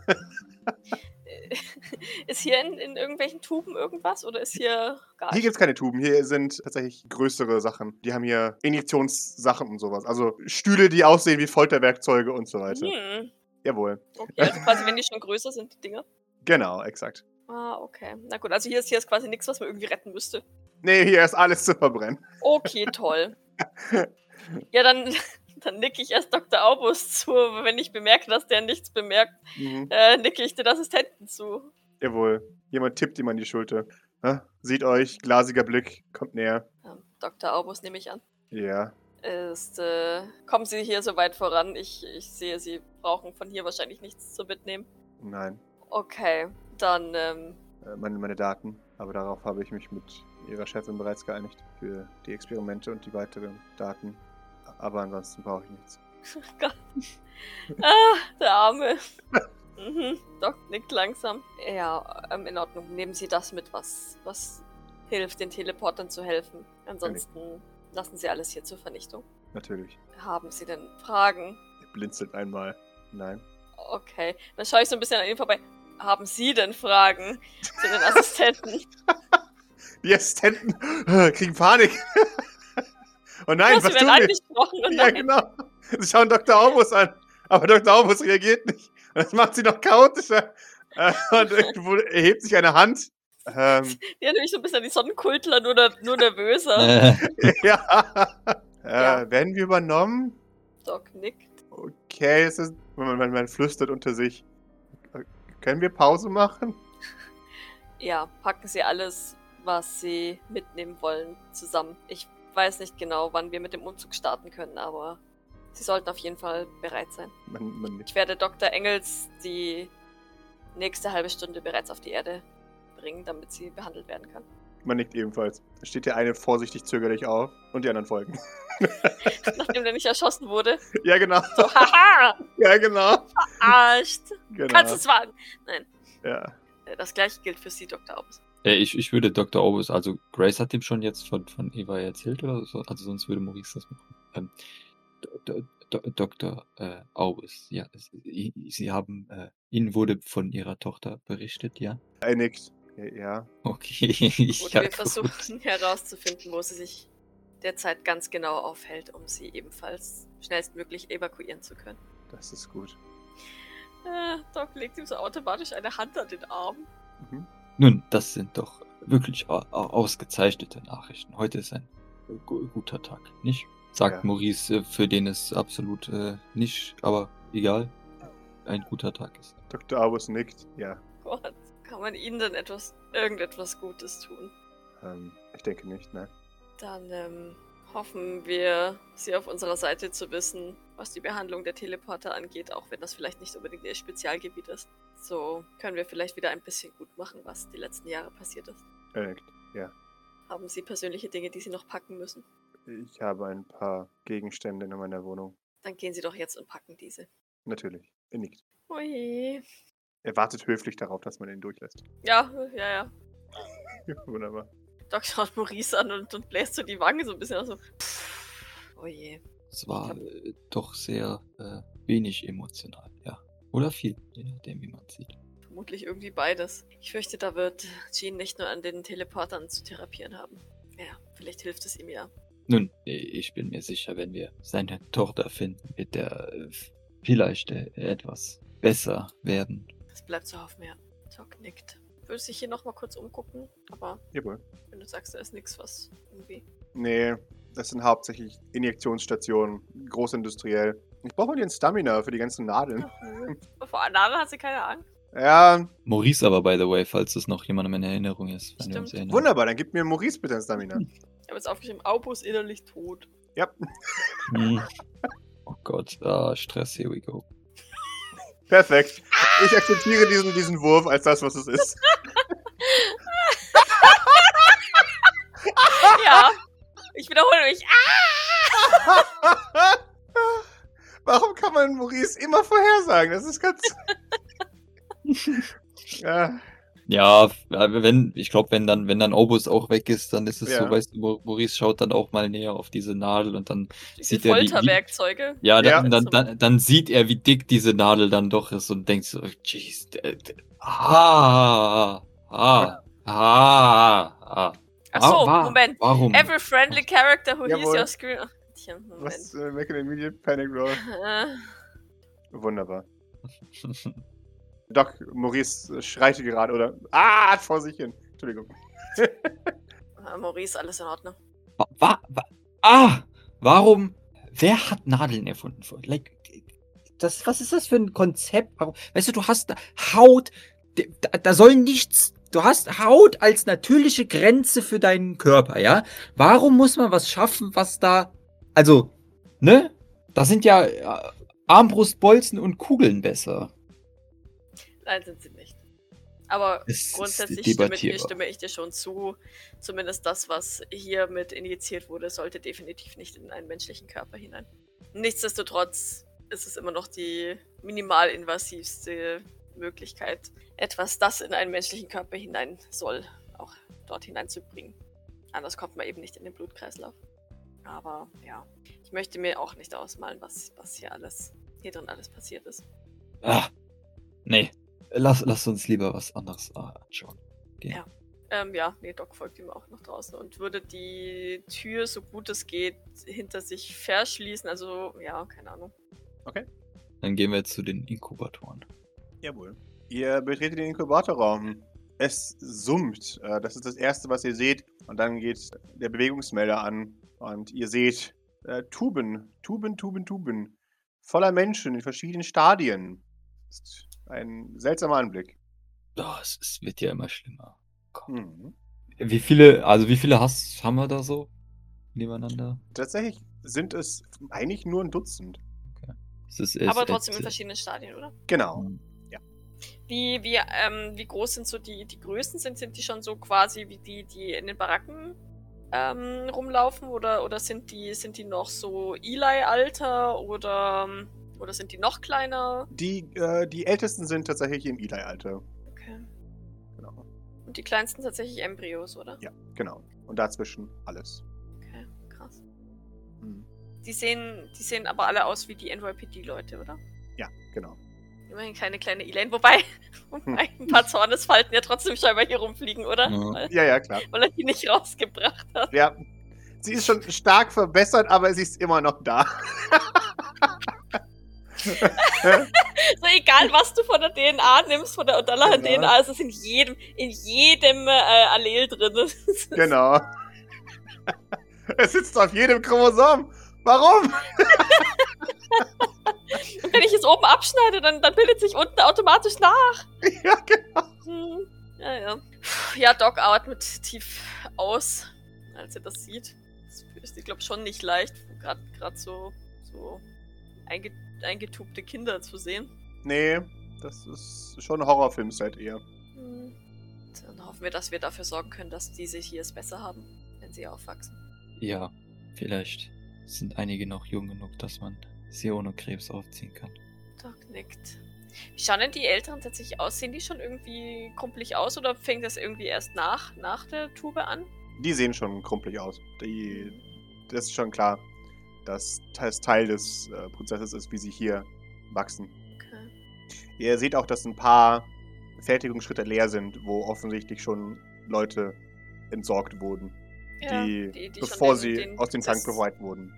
A: ist hier in, in irgendwelchen Tuben irgendwas oder ist hier gar
B: Hier
A: nichts?
B: gibt es keine Tuben, hier sind tatsächlich größere Sachen. Die haben hier Injektionssachen und sowas. Also Stühle, die aussehen wie Folterwerkzeuge und so weiter.
A: Hm,
B: Jawohl.
A: okay, also quasi, wenn die schon größer sind, die Dinger.
B: Genau, exakt.
A: Ah, okay. Na gut, also hier ist, hier ist quasi nichts, was man irgendwie retten müsste.
B: Nee, hier ist alles zu verbrennen.
A: Okay, toll. Ja, dann, dann nicke ich erst Dr. Aubus zu, wenn ich bemerke, dass der nichts bemerkt,
B: Mhm.
A: äh, nicke ich den Assistenten zu.
B: Jawohl. Jemand tippt ihm an die Schulter. Hä? Sieht euch, glasiger Blick, kommt näher.
A: Ähm, Dr. Aubus nehme ich an.
B: Ja.
A: Ist, äh, kommen Sie hier so weit voran. Ich, ich sehe, Sie brauchen von hier wahrscheinlich nichts zu mitnehmen.
B: Nein.
A: Okay, dann, ähm,
B: äh, meine, meine Daten, aber darauf habe ich mich mit ihrer Chefin bereits geeinigt für die Experimente und die weiteren Daten. Aber ansonsten brauche ich nichts.
A: Gott. Ah, der Arme. Mhm. Doc nickt langsam. Ja, ähm, in Ordnung. Nehmen Sie das mit, was, was hilft, den Teleportern zu helfen. Ansonsten lassen Sie alles hier zur Vernichtung.
B: Natürlich.
A: Haben Sie denn Fragen?
B: Er blinzelt einmal. Nein.
A: Okay, dann schaue ich so ein bisschen an Ihnen vorbei. Haben Sie denn Fragen zu den Assistenten?
B: Die Assistenten kriegen Panik. oh nein,
A: Ja,
B: was
A: Sie werden
B: tun wir?
A: angesprochen und
B: Ja,
A: nein.
B: genau. Sie schauen Dr. Aubus an, aber Dr. Aubus reagiert nicht. Und das macht sie noch chaotischer. Äh, und irgendwo erhebt sich eine Hand. Ähm,
A: Die haben nämlich so ein bisschen die Sonnenkultler, nur, ner- nur nervöser.
C: Äh,
B: ja. Äh,
A: Ja.
B: Werden wir übernommen?
A: Doc nickt.
B: Okay, es ist. Man, man, man flüstert unter sich. Äh, Können wir Pause machen?
A: Ja, packen Sie alles, was Sie mitnehmen wollen, zusammen. Ich weiß nicht genau, wann wir mit dem Umzug starten können, aber Sie sollten auf jeden Fall bereit sein.
B: Man, man nickt.
A: Ich werde Dr. Engels die nächste halbe Stunde bereits auf die Erde bringen, damit sie behandelt werden kann.
B: man nickt ebenfalls. Da steht der eine vorsichtig zögerlich auf und die anderen folgen.
A: Nachdem der nicht erschossen wurde.
B: Ja, genau.
A: So, haha,
B: Ja, genau.
A: arscht.
B: genau.
A: Kannst es wagen.
B: Ja.
A: Äh, Das gleiche gilt für Sie, Dr. Aubes.
C: Äh, ich, ich würde Dr. Obus, also Grace hat dem schon jetzt von, von Eva erzählt oder so, also sonst würde Maurice das machen. Ähm, Do- Do- Do- Dr. Äh, Obus, ja, es- i- Sie haben, äh, Ihnen wurde von Ihrer Tochter berichtet, ja?
B: Er nickt. Ja, ja.
C: Okay.
A: Und
C: ja,
A: wir
C: gut.
A: versuchen herauszufinden, wo sie sich derzeit ganz genau aufhält, um sie ebenfalls schnellstmöglich evakuieren zu können.
B: das ist gut.
A: Äh, Doc legt ihm so automatisch eine Hand an den Arm.
B: Mhm.
C: Nun, das sind doch wirklich au- au- ausgezeichnete Nachrichten. Heute ist ein äh, gu- guter Tag, nicht? Sagt
B: Ja.
C: Maurice, äh, für den es absolut äh, nicht, aber egal, ein guter Tag ist.
B: Dr. Abus nickt. Ja.
A: Gott, kann man ihnen denn etwas, irgendetwas Gutes tun?
B: Ähm, ich denke nicht, ne?
A: Dann ähm, hoffen wir, sie auf unserer Seite zu wissen, was die Behandlung der Teleporter angeht, auch wenn das vielleicht nicht unbedingt ihr Spezialgebiet ist. So können wir vielleicht wieder ein bisschen gut machen, was die letzten Jahre passiert ist.
B: Er nickt. Ja.
A: Haben Sie persönliche Dinge, die Sie noch packen müssen?
B: Ich habe ein paar Gegenstände in meiner Wohnung.
A: Dann gehen Sie doch jetzt und packen diese.
B: Natürlich. Er nickt.
A: Oje.
B: Er wartet höflich darauf, dass man ihn durchlässt.
A: Ja, ja, ja.
B: Wunderbar.
A: Doc schaut Maurice an und, und bläst so die Wange so ein bisschen aus. So. Pff, Oh Oje.
C: Es war äh, doch sehr äh, wenig emotional, ja. Oder viel, je nachdem, wie man sieht.
A: Vermutlich irgendwie beides. Ich fürchte, da wird Jean nicht nur an den Teleportern zu therapieren haben. Ja, vielleicht hilft es ihm ja.
C: Nun, äh, ich bin mir sicher, wenn wir seine Tochter finden, wird er äh, vielleicht äh, etwas besser werden.
A: Es bleibt zu hoffen, ja. Doc nickt. Würde sich hier nochmal kurz umgucken, aber
B: Jawohl.
A: wenn du sagst, da ist nichts, was irgendwie.
B: Nee, das sind hauptsächlich Injektionsstationen, großindustriell. Ich brauche mal den Stamina für die ganzen Nadeln.
A: Ach, nö. Vor Anana hat sie keine Angst.
B: Ja,
C: Maurice aber, by the way, falls es noch jemandem in Erinnerung ist, wenn wir uns
A: Stimmt.
C: erinnern.
B: wunderbar, dann gib mir Maurice bitte ein Stamina.
A: Ich habe jetzt aufgeschrieben, Aubus innerlich tot.
C: Hm. Oh Gott, ah, Stress, here we go.
B: Perfekt. Ich akzeptiere diesen, diesen Wurf als das, was es ist.
C: Ah!
A: ja. Ich wiederhole mich. Ah,
B: Warum kann man Maurice immer vorhersagen? Das ist ganz. ja,
C: Ja, f- aber wenn, ich glaube, wenn dann, wenn dann Obus auch weg ist, dann ist es
B: Ja.
C: so, weißt du, Mo- Maurice schaut dann auch mal näher auf diese Nadel und dann,
A: Diese
C: Sieht er die- die-
A: Folterwerkzeuge.
C: ja, dann,
B: Ja.
C: Dann, dann, dann sieht er, wie dick diese Nadel dann doch ist und denkt so, oh, jeez, der- der- ah, ah, ah, ah, ah.
A: Achso,
C: wa- Hm.
A: Moment.
C: Warum?
A: Every friendly character who hears
B: Jawohl.
A: your scream. Ach, Tja, Moment.
B: was? Äh, make an immediate panic roll.
A: Äh,
B: Wunderbar. Doc, Maurice schreite gerade, oder? Ah, vor sich hin. Entschuldigung.
A: Ah, Maurice, alles in Ordnung.
C: Wa wa wa ah, warum? Wer hat Nadeln erfunden? Like, das, was ist das für ein Konzept? Warum?
D: Weißt du, du hast da Haut, d- da, da soll nichts. Du hast Haut als natürliche Grenze für deinen Körper, ja? Warum muss man was schaffen, was da. Also,
C: Ne? Da sind ja äh, Armbrustbolzen und Kugeln besser.
A: Nein, sind sie nicht. Aber
C: Es
A: grundsätzlich stimme, dir, stimme ich dir schon zu. Zumindest das, was hier mit injiziert wurde, sollte definitiv nicht in einen menschlichen Körper hinein. Nichtsdestotrotz ist es immer noch die minimalinvasivste Möglichkeit, etwas, das in einen menschlichen Körper hinein soll, auch dort hineinzubringen. Anders kommt man eben nicht in den Blutkreislauf. Aber ja, ich möchte mir auch nicht ausmalen, was, was hier alles, hier drin alles passiert ist.
C: Ah, nee. Lass, lass uns lieber was anderes äh, anschauen.
A: Ähm, ja, nee, Doc folgt ihm auch nach draußen und würde die Tür, so gut es geht, hinter sich verschließen. Also, ja, keine Ahnung.
C: Dann gehen wir jetzt zu den Inkubatoren.
B: Jawohl. Ihr betretet den Inkubatorraum. Es summt. Äh, Das ist das Erste, was ihr seht. Und dann geht der Bewegungsmelder an. Und ihr seht äh, Tuben, Tuben, Tuben, Tuben. Voller Menschen in verschiedenen Stadien. Ist ein seltsamer Anblick.
C: Oh, es, es wird ja immer schlimmer.
B: Mhm.
C: Wie viele, also wie viele hast, haben wir da so nebeneinander?
B: Tatsächlich sind es eigentlich nur ein Dutzend.
C: Es ist, ähm, es,
A: Aber trotzdem in
C: es-
A: verschiedenen Stadien, oder?
B: Genau.
C: Mhm.
A: Wie, wie, ähm, wie groß sind so die, die Größen? Sind, sind die schon so quasi wie die, die in den Baracken ähm, rumlaufen oder, oder sind, die, sind die noch so Eli-Alter oder, oder sind die noch kleiner?
B: Die, äh, die Ältesten sind tatsächlich im Eli-Alter.
A: Okay.
B: Genau.
A: Und die kleinsten tatsächlich Embryos, oder?
B: Ja, genau. Und dazwischen alles.
A: Okay, krass.
B: Hm.
A: Die sehen, die sehen aber alle aus wie die NYPD-Leute, oder?
B: Ja, genau.
A: Immerhin keine kleine Elaine, wobei, wobei ein paar Zornesfalten ja trotzdem scheinbar hier rumfliegen, oder?
C: Ja.
A: Weil,
B: Ja, ja, klar.
A: weil er die nicht rausgebracht hat.
B: Ja. Sie ist schon stark verbessert, aber sie ist immer noch da.
A: So egal, was du von der DNA nimmst, von der Unterlagen
B: Genau.
A: DNA, es ist in jedem, in jedem äh, Allel drin. Das ist-
B: Genau. es sitzt auf jedem Chromosom. Warum?
A: Und wenn ich es oben abschneide, dann, dann bildet sich unten automatisch nach.
B: ja, genau.
A: Hm. Ja, ja. Puh, Ja, Doc atmet tief aus, als er das sieht. Das ist, ich glaube, schon nicht leicht, gerade so, so einge eingetubte Kinder zu sehen.
B: Nee, das ist schon ein Horrorfilm-Set eher.
A: Hm. Dann hoffen wir, dass wir dafür sorgen können, dass diese hier es besser haben, wenn sie aufwachsen.
C: Ja, vielleicht sind einige noch jung genug, dass man sie ohne Krebs aufziehen kann.
A: Doc nickt. Wie schauen denn die Eltern tatsächlich aus? Sehen die schon irgendwie krumpelig aus oder fängt das irgendwie erst nach, nach der Tube an?
B: Die sehen schon krumpelig aus. Die, das ist schon klar, dass das Teil des äh, Prozesses ist, wie sie hier wachsen.
A: Okay.
B: Ihr seht auch, dass ein paar Fertigungsschritte leer sind, wo offensichtlich schon Leute entsorgt wurden, die,
A: schon
B: bevor
A: den-
B: sie aus dem Tank
A: Prozess-
B: befreit wurden.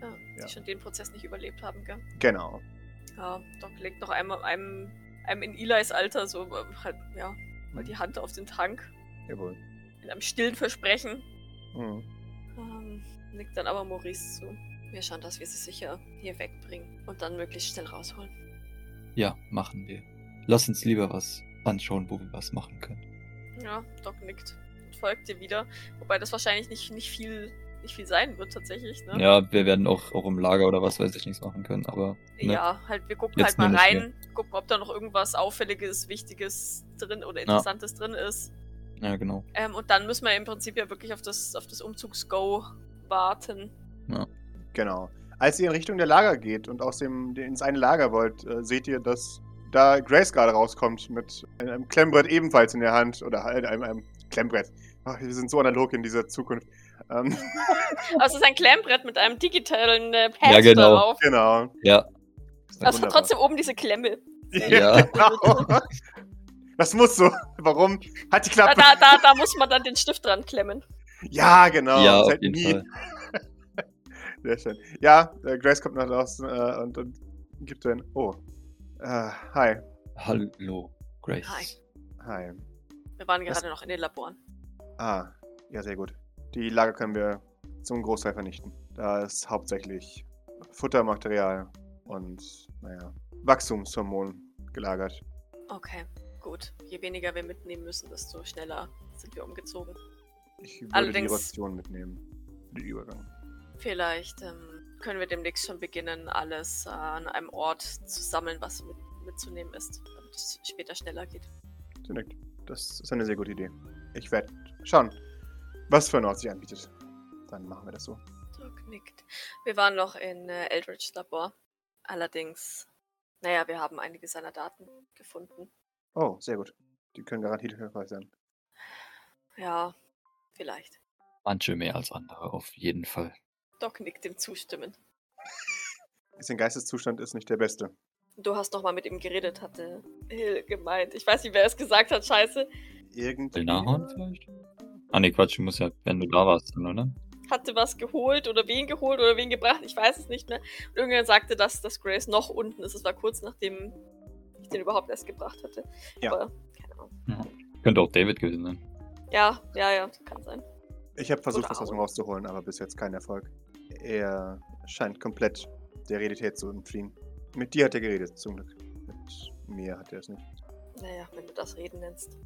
A: Ja, die
B: Ja.
A: schon den Prozess nicht überlebt haben, gell?
B: Genau.
A: Ja, Doc legt noch einmal einem, einem in Eli's Alter so äh, halt, ja,
B: Mhm.
A: mal die Hand auf den Tank.
B: Jawohl.
A: Mit einem stillen Versprechen.
B: Mhm.
A: Ähm, nickt dann aber Maurice zu. Wir schauen, dass wir sie sicher hier wegbringen und dann möglichst schnell rausholen.
C: Ja, machen wir. Lass uns lieber was anschauen, wo wir was machen können.
A: Ja, Doc nickt und folgt ihr wieder. Wobei das wahrscheinlich nicht, nicht viel nicht viel sein wird tatsächlich, ne?
C: Ja, wir werden auch, auch im Lager oder was weiß ich nichts machen können, aber. Ne?
A: Ja, halt, wir gucken
C: Jetzt
A: halt mal
C: nur nicht
A: rein, gucken, ob da noch irgendwas Auffälliges, Wichtiges drin oder Interessantes drin ist.
C: Ja, genau.
A: Ähm, und dann müssen wir im Prinzip ja wirklich auf das, auf das Umzugs-Go warten.
B: Genau. Als ihr in Richtung der Lager geht und aus dem ins eine Lager wollt, äh, seht ihr, dass da Grace gerade rauskommt mit einem Klemmbrett ebenfalls in der Hand oder halt einem, einem Klemmbrett. Ach, wir sind so analog in dieser Zukunft. Ähm,
A: Also es ist ein Klemmbrett mit einem digitalen äh, Pad
C: Ja, genau.
A: darauf.
B: genau.
C: Ja.
A: Also
B: Wunderbar.
A: trotzdem oben diese Klemme.
C: Ja.
B: genau. Das muss so. Warum? Hat die
A: Da,
B: Klappe.
A: da, da, da muss man dann den Stift dran klemmen.
B: Ja, genau.
C: ja,
B: Das
C: auf
B: hält
C: jeden
B: nie.
C: Fall.
B: Sehr schön. Ja, äh, Grace kommt nach draußen äh, und, und gibt dann. Oh. Äh, hi.
C: Hallo, Grace.
A: Hi.
B: Hi.
A: Wir waren
B: Was?
A: gerade noch in den Laboren.
B: Ah, ja, sehr gut. Die Lager können wir zum Großteil vernichten. Da ist hauptsächlich Futtermaterial und, naja, Wachstumshormon gelagert.
A: Okay, gut. Je weniger wir mitnehmen müssen, desto schneller sind wir umgezogen.
B: Ich würde
A: Allerdings-
B: die Ration mitnehmen. Den Übergang.
A: Vielleicht ähm, können wir demnächst schon beginnen, alles äh, an einem Ort zu sammeln, was mit, mitzunehmen ist, damit es später schneller geht.
B: Sie nickt. Das ist eine sehr gute Idee. Ich werde schauen, was für ein Ort sich anbietet. Dann machen wir das so.
A: Doc nickt. Wir waren noch in äh, Eldridge Labor. Allerdings, naja, wir haben einige seiner Daten gefunden.
B: Oh, sehr gut. Die können garantiert hilfreich sein.
A: Ja, vielleicht.
C: Manche mehr als andere, auf jeden Fall.
A: Doc nickt dem zustimmen.
B: Sein Geisteszustand ist nicht der beste.
A: Du hast nochmal mit ihm geredet, hatte Hill gemeint. Ich weiß nicht, wer es gesagt hat, scheiße.
B: Irgendwie.
C: Will nachhauen vielleicht? Ah, nee, Quatsch, du musst ja, wenn du da warst, dann, oder?
A: Hatte was geholt oder wen geholt oder wen gebracht, ich weiß es nicht mehr. Und irgendwer sagte, dass, dass Grace noch unten ist. Es war kurz nachdem ich den überhaupt erst gebracht hatte.
B: Ja.
A: Aber, keine Ahnung.
C: Könnte auch David gewesen sein.
A: Ja, ja, ja, kann sein.
B: Ich habe versucht,
A: Oder
B: was aus ihm
A: Aul.
B: rauszuholen, aber bis jetzt kein Erfolg. Er scheint komplett der Realität zu entfliehen. Mit dir hat er geredet, zum Glück. Mit mir hat er es nicht.
A: Naja, wenn du das Reden nennst.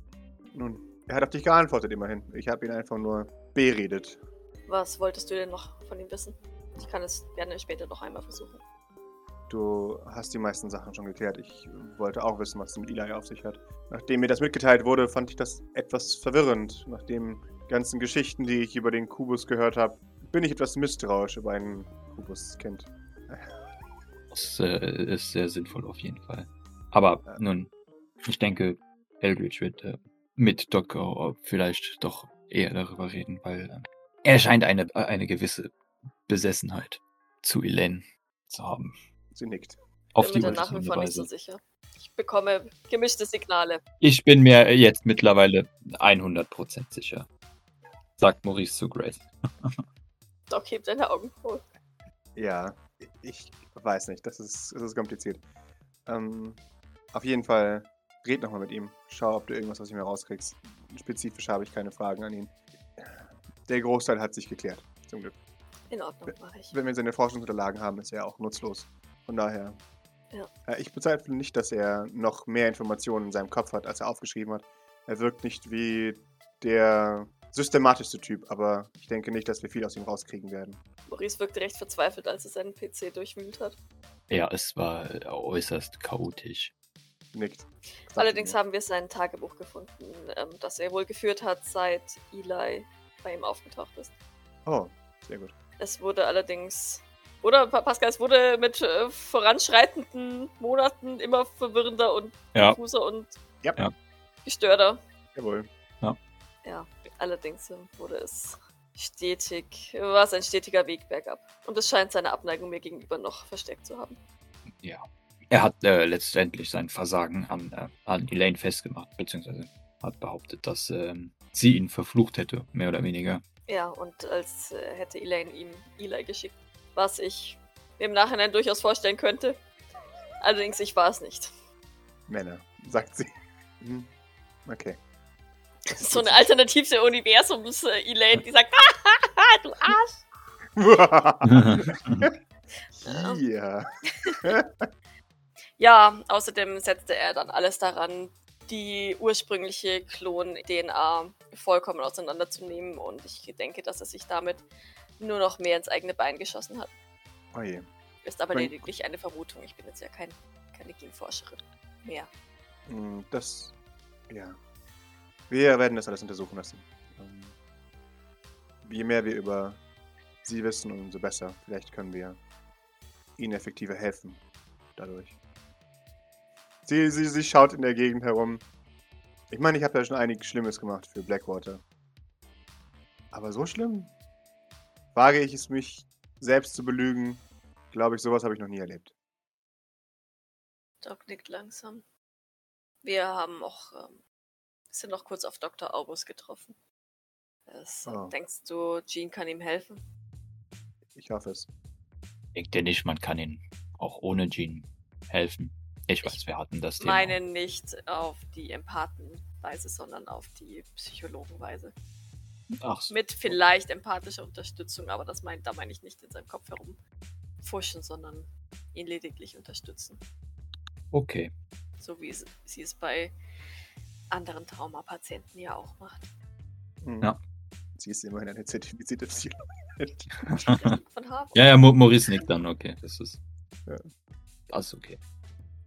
B: Nun, er hat auf dich geantwortet, immerhin. Ich habe ihn einfach nur beredet.
A: Was wolltest du denn noch von ihm wissen? Ich kann es gerne später noch einmal versuchen.
B: Du hast die meisten Sachen schon geklärt. Ich wollte auch wissen, was es mit Eli auf sich hat. Nachdem mir das mitgeteilt wurde, fand ich das etwas verwirrend, nachdem ganzen Geschichten, die ich über den Kubus gehört habe, bin ich etwas misstrauisch über ein Kubuskind.
C: Das äh, ist sehr sinnvoll auf jeden Fall. Aber
B: Ja.
C: nun, ich denke, Eldridge wird äh, mit Doc äh, vielleicht doch eher darüber reden, weil äh, er scheint eine, äh, eine gewisse Besessenheit zu Elaine zu haben.
B: Sie nickt.
C: Auf
A: bin
C: die
A: mir da nach wie
C: ungesunde
A: vor nicht
C: Weise.
A: so sicher. Ich bekomme gemischte Signale.
C: Ich bin mir jetzt mittlerweile 100% sicher, sagt Maurice zu Grace.
A: Doc hebt seine Augen Oh, hoch.
B: Ja, ich weiß nicht. Das ist, das ist kompliziert. Ähm, auf jeden Fall, red nochmal mit ihm. Schau, ob du irgendwas aus ihm herauskriegst. Spezifisch habe ich keine Fragen an ihn. Der Großteil hat sich geklärt, zum Glück.
A: In Ordnung, mache ich.
B: Wenn wir seine Forschungsunterlagen haben, ist er auch nutzlos. Von daher.
A: Ja.
B: Äh, Ich bezweifle nicht, dass er noch mehr Informationen in seinem Kopf hat, als er aufgeschrieben hat. Er wirkt nicht wie der systematischste Typ, aber ich denke nicht, dass wir viel aus ihm rauskriegen werden.
A: Maurice wirkte recht verzweifelt, als er seinen PC durchwühlt hat.
C: Ja, es war äh, äußerst chaotisch.
B: Nickt.
A: Allerdings
B: haben
A: haben wir sein Tagebuch gefunden, ähm, das er wohl geführt hat, seit Eli bei ihm aufgetaucht ist.
B: Oh, sehr gut.
A: Es wurde allerdings. Oder, Pa- Pascal, es wurde mit äh, voranschreitenden Monaten immer verwirrender und
C: Ja.
A: konfuser und
B: Ja.
C: Ja.
A: gestörter.
B: Jawohl.
A: Allerdings ähm, wurde es stetig, war es ein stetiger Weg bergab. Und es scheint seine Abneigung mir gegenüber noch verstärkt zu haben.
C: Er hat äh, letztendlich sein Versagen an, äh, an Elaine festgemacht, beziehungsweise hat behauptet, dass ähm, sie ihn verflucht hätte, mehr oder weniger.
A: Ja, und als äh, hätte Elaine ihm Eli geschickt, was ich mir im Nachhinein durchaus vorstellen könnte. Allerdings, ich war es nicht.
B: Männer, sagt sie. Hm. Okay.
A: Das ist so eine Alternative der Universums äh, Elaine, die sagt, hahaha, du Arsch.
B: ja.
A: Ja, außerdem setzte er dann alles daran, die ursprüngliche Klon-DNA vollkommen auseinanderzunehmen und ich denke, dass er sich damit nur noch mehr ins eigene Bein geschossen hat.
B: Oh je.
A: Ist aber
B: Mein-
A: lediglich eine Vermutung. Ich bin jetzt ja kein, keine Genforscherin mehr.
B: Hm, Das. Ja. Wir werden das alles untersuchen lassen. Ähm, Je mehr wir über sie wissen, umso besser. Vielleicht können wir ihnen effektiver helfen. Dadurch. Sie, sie, sie schaut in der Gegend herum. Ich meine, ich habe ja schon einiges Schlimmes gemacht für Blackwater. Aber so schlimm? Wage ich es, mich selbst zu belügen? Glaube ich, sowas habe ich noch nie erlebt.
A: Doc nickt langsam. Wir haben auch, ähm, sind noch kurz auf Dr. Aubus getroffen. Es,
B: Ah.
A: Denkst du, Jean kann ihm helfen?
B: Ich hoffe es.
C: Denkt ihr nicht, man kann ihnen auch ohne Jean helfen? Ich weiß, wir hatten das Thema.
A: meine nicht auf die Empathenweise, sondern auf die Psychologenweise.
C: Ach, so.
A: Mit vielleicht empathischer Unterstützung, aber das mein, da meine ich nicht in seinem Kopf herumfuschen, sondern ihn lediglich unterstützen.
C: okay.
A: So wie es, sie es bei anderen Traumapatienten ja auch macht.
B: Mhm.
C: Ja.
B: Sie ist immerhin eine zertifizierte Psychologin.
A: Von Harvard.
C: Mhm. Ja, ja, Mo- Maurice nickt dann, okay. Das ist.
B: Ja.
C: Das ist okay.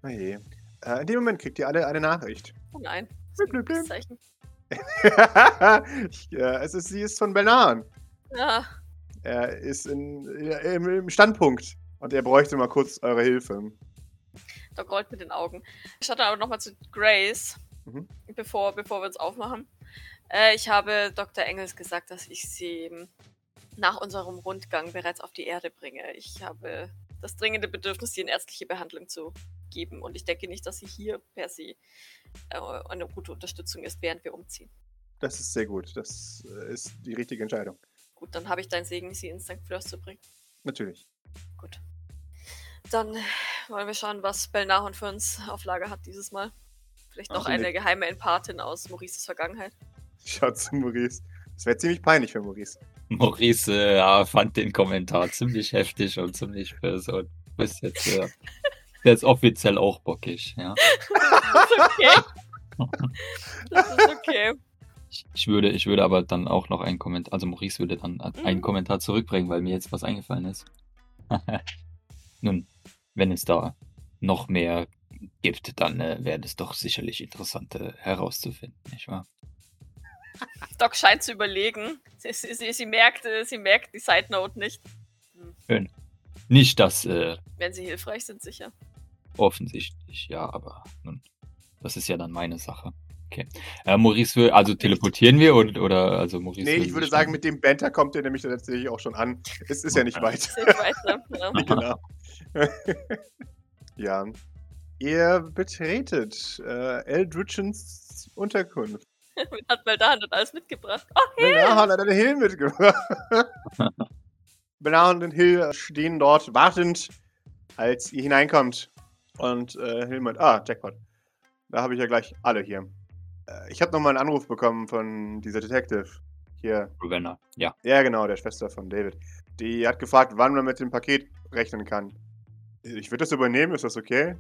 B: Oh je. Äh, in dem Moment kriegt ihr alle eine Nachricht.
A: Oh nein. Das
B: Blip,
A: ist ein
B: blip, blip.
A: gutes Zeichen.
B: ich, äh, es ist, sie ist von Bernan.
A: Ah,
B: Er ist in, äh, im, im Standpunkt. Und er bräuchte mal kurz eure Hilfe.
A: da rollt mit den Augen. Ich hatte aber nochmal zu Grace,
B: Mhm.
A: bevor, bevor wir uns aufmachen. Äh, ich habe Dr. Engels gesagt, dass ich sie ähm, nach unserem Rundgang bereits auf die Erde bringe. Ich habe das dringende Bedürfnis, sie in ärztliche Behandlung zu geben. Und ich denke nicht, dass sie hier per se äh, eine gute Unterstützung ist, während wir umziehen.
B: Das ist sehr gut. Das äh, ist die richtige Entscheidung.
A: Gut, dann habe ich deinen Segen, sie in St. Fleurs zu bringen.
B: Natürlich.
A: Gut. Dann wollen wir schauen, was Belnahon für uns auf Lager hat dieses Mal. Vielleicht noch
B: Ach,
A: eine
B: nee.
A: geheime Empathin aus Maurices Vergangenheit.
B: Schaut zu Maurice. Das wäre ziemlich peinlich für Maurice.
C: Maurice äh, ja, fand den Kommentar ziemlich heftig und ziemlich äh, böse und ist jetzt, äh, der ist offiziell auch bockig. Ja?
A: Das ist okay. das ist okay.
C: Ich, ich, würde, ich würde aber dann auch noch einen Kommentar, also Maurice würde dann einen
A: Mhm.
C: Kommentar zurückbringen, weil mir jetzt was eingefallen ist. Nun, wenn es da noch mehr gibt, dann äh, wäre es doch sicherlich interessant äh, herauszufinden, nicht wahr?
A: Doc scheint zu überlegen. Sie, sie, sie, sie, merkt, äh, sie merkt die Side Note nicht.
C: Nicht das äh,
A: Wenn sie hilfreich sind, sicher.
C: offensichtlich, ja, aber nun, das ist ja dann meine Sache. Okay. Äh, Maurice will, also teleportieren wir und, oder also Maurice
B: Nee,
C: will
B: ich würde
C: sich
B: sagen,
C: dann-
B: mit dem Banter kommt ihr nämlich tatsächlich auch schon an. Es ist ja nicht weit.
A: Seht weiter. Ja.
B: genau. ja. Ihr betretet äh, Eldritchens Unterkunft.
A: Wen Hat mal da und alles mitgebracht. Oh,
B: Benahan hat einen Hill mitgebracht. Benahan und Hill stehen dort wartend, als ihr hineinkommt. Und äh, Hill meint, ah, Jackpot. Da habe ich ja gleich alle hier. Äh, ich habe nochmal einen Anruf bekommen von dieser Detective. Hier.
C: Ravenna. Ja,
B: Ja, genau, der Schwester von David. Die hat gefragt, wann man mit dem Paket rechnen kann. Ich würde das übernehmen, ist das okay?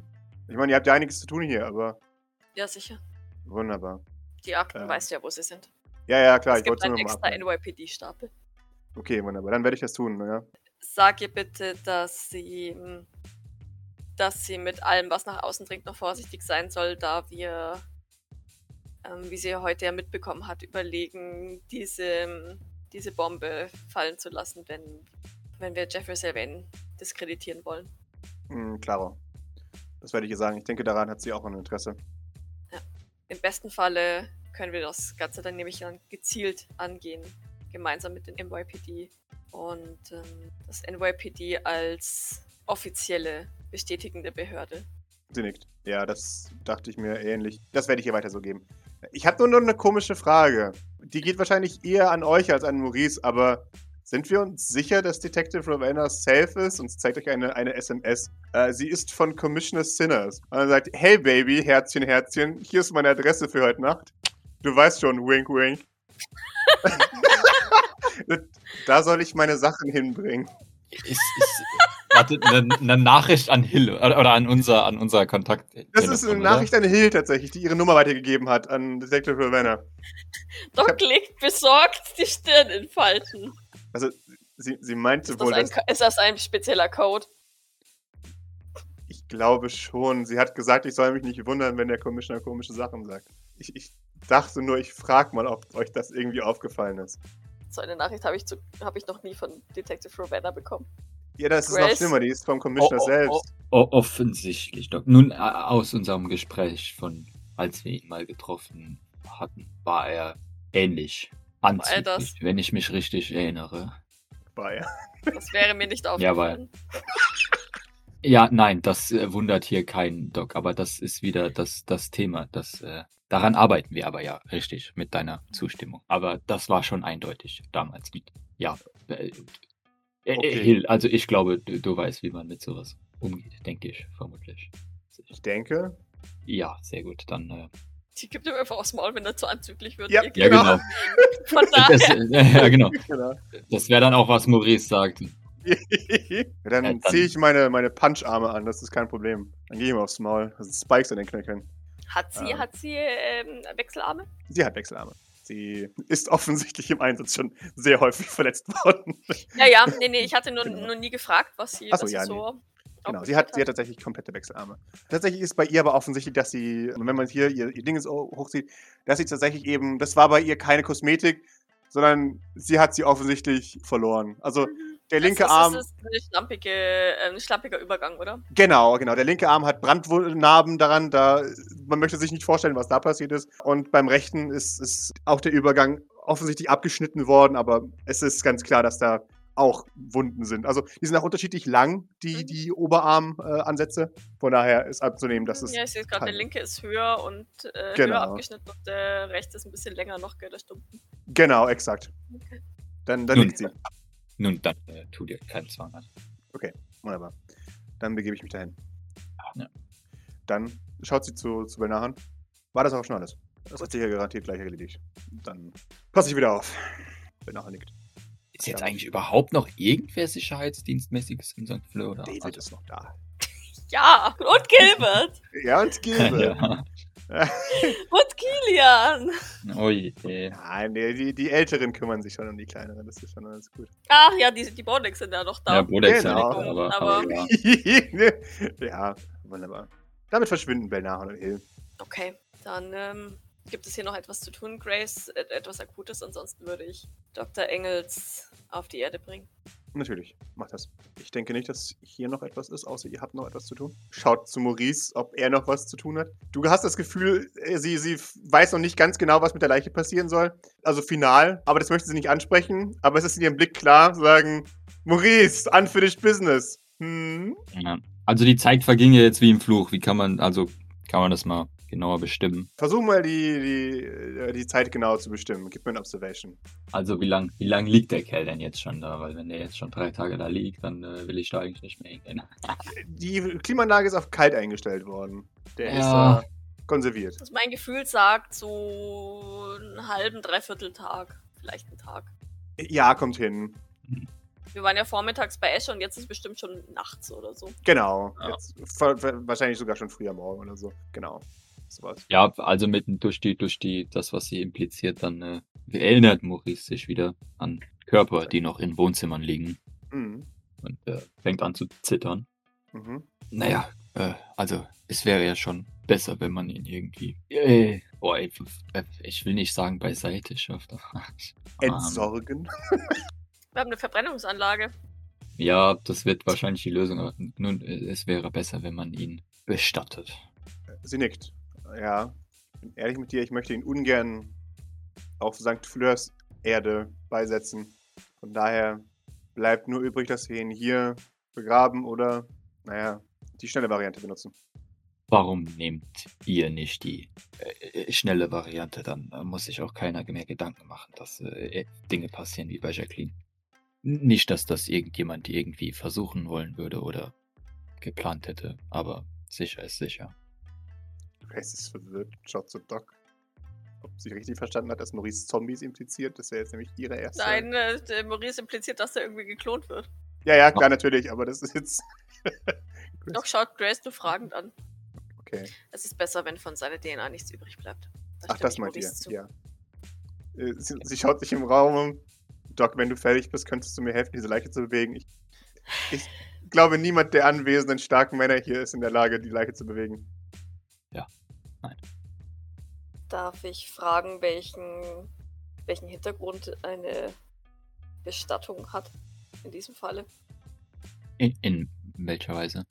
B: Ich meine, ihr habt ja einiges zu tun hier, aber
A: ja, sicher.
B: wunderbar.
A: Die Akten
B: Ja.
A: weißt du ja, wo sie sind.
B: Ja, ja, klar,
A: es
B: ich
A: gibt
B: wollte es
A: einen
B: nur noch
A: extra
B: mal. abholen.
A: NYPD-Stapel.
B: Okay, wunderbar, dann werde ich das tun, ja.
A: Sag ihr bitte, dass sie, ähm, dass sie mit allem, was nach außen dringt, noch vorsichtig sein soll, da wir, ähm, wie sie heute ja mitbekommen hat, überlegen, diese, hm, diese Bombe fallen zu lassen, wenn, wenn wir Jeffrey Sylvain diskreditieren wollen.
B: Mm, klaro. Das werde ich ihr sagen. Ich denke, daran hat sie auch ein Interesse.
A: Im besten Falle können wir das Ganze dann nämlich dann gezielt angehen, gemeinsam mit den NYPD. Und ähm, das NYPD als offizielle bestätigende Behörde.
B: Sie nickt. Ja, das dachte ich mir ähnlich. Das werde ich ihr weiter so geben. Ich habe nur noch eine komische Frage. Die geht wahrscheinlich eher an euch als an Maurice, aber sind wir uns sicher, dass Detective Ravenna safe ist? Und sie zeigt euch eine, eine SMS. Äh, sie ist von Commissioner Sinners. Und dann sagt, hey Baby, Herzchen, Herzchen, hier ist meine Adresse für heute Nacht. Du weißt schon, wink, wink. da soll ich meine Sachen hinbringen.
C: ist, ist, warte, eine, eine Nachricht an Hill oder oder an unser, an unser Kontakt. äh,
B: Das ist eine Nachricht an Hill tatsächlich, die ihre Nummer weitergegeben hat an Detective Ravenna.
A: Doc legt besorgt die Stirn in Falten.
B: Also, sie, sie meinte
A: Ist das,
B: wohl,
A: ein,
B: dass,
A: Ko- ist das ein spezieller Code?
B: ich glaube schon, sie hat gesagt, ich soll mich nicht wundern, wenn der Commissioner komische Sachen sagt. Ich, ich dachte nur, ich frag mal, ob euch das irgendwie aufgefallen ist.
A: So eine Nachricht habe ich, zu- hab ich noch nie von Detective Ravenna bekommen.
B: Ja, das ist noch
A: Grace?
B: schlimmer, die ist vom Commissioner
C: Oh, oh,
B: selbst.
C: O offensichtlich, Doc. Nun, äh, aus unserem Gespräch von, als wir ihn mal getroffen hatten, war er ähnlich
A: er das?
C: anzüglich, wenn ich mich richtig erinnere.
B: War ja.
A: Das wäre mir nicht aufgefallen.
C: Ja, nein, das äh, wundert hier keinen, Doc, aber das ist wieder das, das Thema. Das, äh, daran arbeiten wir aber ja, richtig, mit deiner Zustimmung. Aber das war schon eindeutig damals. Ja. Äh, äh,
B: Okay.
C: Hill, also ich glaube, du, du weißt, wie man mit sowas umgeht, denke ich, vermutlich.
B: Ich denke.
C: Ja, sehr gut, dann. Äh,
A: Die gibt ihm einfach aus dem Maul, wenn er zu anzüglich wird.
B: Ja.
A: Ihr-
C: ja, genau.
A: Von daher.
C: Das, äh, ja, genau.
B: Genau.
C: Das wäre dann auch, was Maurice sagt.
B: Ja,
C: Ja,
B: dann
C: dann-
B: ziehe ich meine, meine Puncharme an, das ist kein Problem. Dann gehe ich mal aufs Maul. Das sind Spikes an den Knöcheln.
A: Hat sie,
B: Ähm.
A: hat sie ähm, Wechselarme?
B: Sie hat Wechselarme. Sie ist offensichtlich im Einsatz schon sehr häufig verletzt worden.
A: Ja, ja, nee, nee, ich hatte nur,
B: Genau.
A: nur nie gefragt, was sie,
B: Ach so,
A: was sie
B: ja,
A: so.
B: Genau,
A: aufgeführt
B: sie hat, sie hat tatsächlich komplette Wechselarme. Tatsächlich ist bei ihr aber offensichtlich, dass sie, wenn man hier ihr, ihr Ding hochsieht, dass sie tatsächlich eben, das war bei ihr keine Kosmetik, sondern sie hat sie offensichtlich verloren. Also
A: Mhm.
B: der linke
A: das,
B: Arm,
A: Das ist eine schlampige, äh, ein schlampiger Übergang, oder?
B: genau, genau, der linke Arm hat Brandnarben daran, da man möchte sich nicht vorstellen, was da passiert ist. Und beim rechten ist, ist auch der Übergang offensichtlich abgeschnitten worden, aber es ist ganz klar, dass da auch Wunden sind. Also die sind auch unterschiedlich lang, die,
A: Mhm.
B: die Oberarmansätze. Äh, Ansätze. Von daher ist abzunehmen, dass es
A: ja, ich sehe es gerade, der
B: keine.
A: linke ist höher und äh,
B: Genau.
A: höher abgeschnitten und der rechte ist ein bisschen länger noch, gell, das stimmt.
B: Genau, exakt.
A: Okay.
B: Dann, dann
C: Nun.
B: liegt sie.
C: Nun, dann äh, tu dir keinen Zwang an.
B: Wunderbar. Dann begebe ich mich dahin.
C: Ja.
B: Dann schaut sie zu, zu Belnahan. War das auch schon alles? Das hat sich ja garantiert gleich erledigt. Dann passe ich wieder auf. Belnahan nickt.
C: Ist jetzt
B: Ja.
C: eigentlich überhaupt noch irgendwer Sicherheitsdienstmäßiges in St. Fleur? Oder?
B: David
C: Also-
B: ist noch da.
A: Ja, und Gilbert
B: Ja, und Gilbert.
C: ja.
A: und Kilian.
C: Ui, äh,
B: Nein, die, die, die Älteren kümmern sich schon um die Kleineren. Das ist schon alles gut.
A: Ach ja, die, die Bonics sind ja noch da.
C: ja, Bruder ist ja
B: Genau.
C: auch, aber,
A: Aber-
C: aber, ja.
B: ja, wunderbar. Damit verschwinden Belnahan und Hill.
A: Okay, dann ähm, Gibt es hier noch etwas zu tun, Grace? Et etwas Akutes? Ansonsten würde ich Dr. Engels auf die Erde bringen.
B: Natürlich, macht das. Ich denke nicht, dass hier noch etwas ist, außer ihr habt noch etwas zu tun. Schaut zu Maurice, ob er noch was zu tun hat. Du hast das Gefühl, äh, sie, sie weiß noch nicht ganz genau, was mit der Leiche passieren soll. Also final, aber das möchte sie nicht ansprechen. Aber es ist in ihrem Blick klar, sagen, Maurice, unfinished business. Hm?
C: Ja. Also die Zeit verging ja jetzt wie im Fluch. Wie kann man, also kann man das mal genauer bestimmen?
B: Versuch mal die, die, äh, die Zeit genau zu bestimmen. Gib mir ein Observation.
C: Also wie lang, wie lang liegt der Kerl denn jetzt schon da? Weil wenn der jetzt schon drei Tage da liegt, dann äh, will ich da eigentlich nicht mehr hingehen.
B: Die Klimaanlage ist auf kalt eingestellt worden. Der
C: Ja.
B: ist äh, konserviert.
A: Also mein Gefühl sagt so einen halben, dreiviertel Tag. Vielleicht einen Tag.
B: Ja, kommt hin.
A: Wir waren ja vormittags bei Esche und jetzt ist bestimmt schon nachts oder so.
B: Genau.
C: Ja.
B: Jetzt, ver- ver- wahrscheinlich sogar schon früh am Morgen oder so. Genau. Sowas.
C: Ja, also mit, durch die, durch die, das, was sie impliziert, dann äh, erinnert Maurice sich wieder an Körper, die noch in Wohnzimmern liegen
B: Mhm.
C: und äh, fängt an zu zittern.
B: Mhm.
C: Naja, äh, also es wäre ja schon besser, wenn man ihn irgendwie. Äh, boah, ich, äh, ich will nicht sagen beiseite schafft. aber-
B: Entsorgen.
A: Wir haben eine Verbrennungsanlage.
C: Ähm, ja, das wird wahrscheinlich die Lösung. aber Nun, äh, es wäre besser, wenn man ihn bestattet.
B: Sie nickt. Ja. Bin ehrlich mit dir, ich möchte ihn ungern auf St. Fleurs Erde beisetzen. Von daher bleibt nur übrig, dass wir ihn hier begraben oder, naja, die schnelle Variante benutzen.
C: Warum nehmt ihr nicht die äh, äh, schnelle Variante? Dann äh, muss sich auch keiner mehr Gedanken machen, dass äh, äh, Dinge passieren wie bei Jacqueline. Nicht, dass das irgendjemand irgendwie versuchen wollen würde oder geplant hätte, aber sicher ist sicher.
B: Grace ist verwirrt, schaut zu Doc. Ob sie richtig verstanden hat, dass Maurice Zombies impliziert, das wäre jetzt nämlich ihre erste.
A: Nein, äh, der Maurice impliziert, dass er irgendwie geklont wird.
B: Ja, ja, klar, natürlich, aber das ist jetzt.
A: Doch schaut Grace nur fragend an.
B: Okay.
A: Es ist besser, wenn von seiner DNA nichts übrig bleibt. Da
B: Ach,
A: stimme
B: das
A: ich
B: meint ihr.
A: Maurice zu.
B: Ja. Äh, Sie, sie schaut sich im Raum um. Doc, wenn du fertig bist, könntest du mir helfen, diese Leiche zu bewegen. Ich, ich glaube, niemand der anwesenden starken Männer hier ist in der Lage, die Leiche zu bewegen.
A: Darf ich fragen, welchen, welchen Hintergrund eine Bestattung hat in diesem Falle?
C: In, in welcher Weise?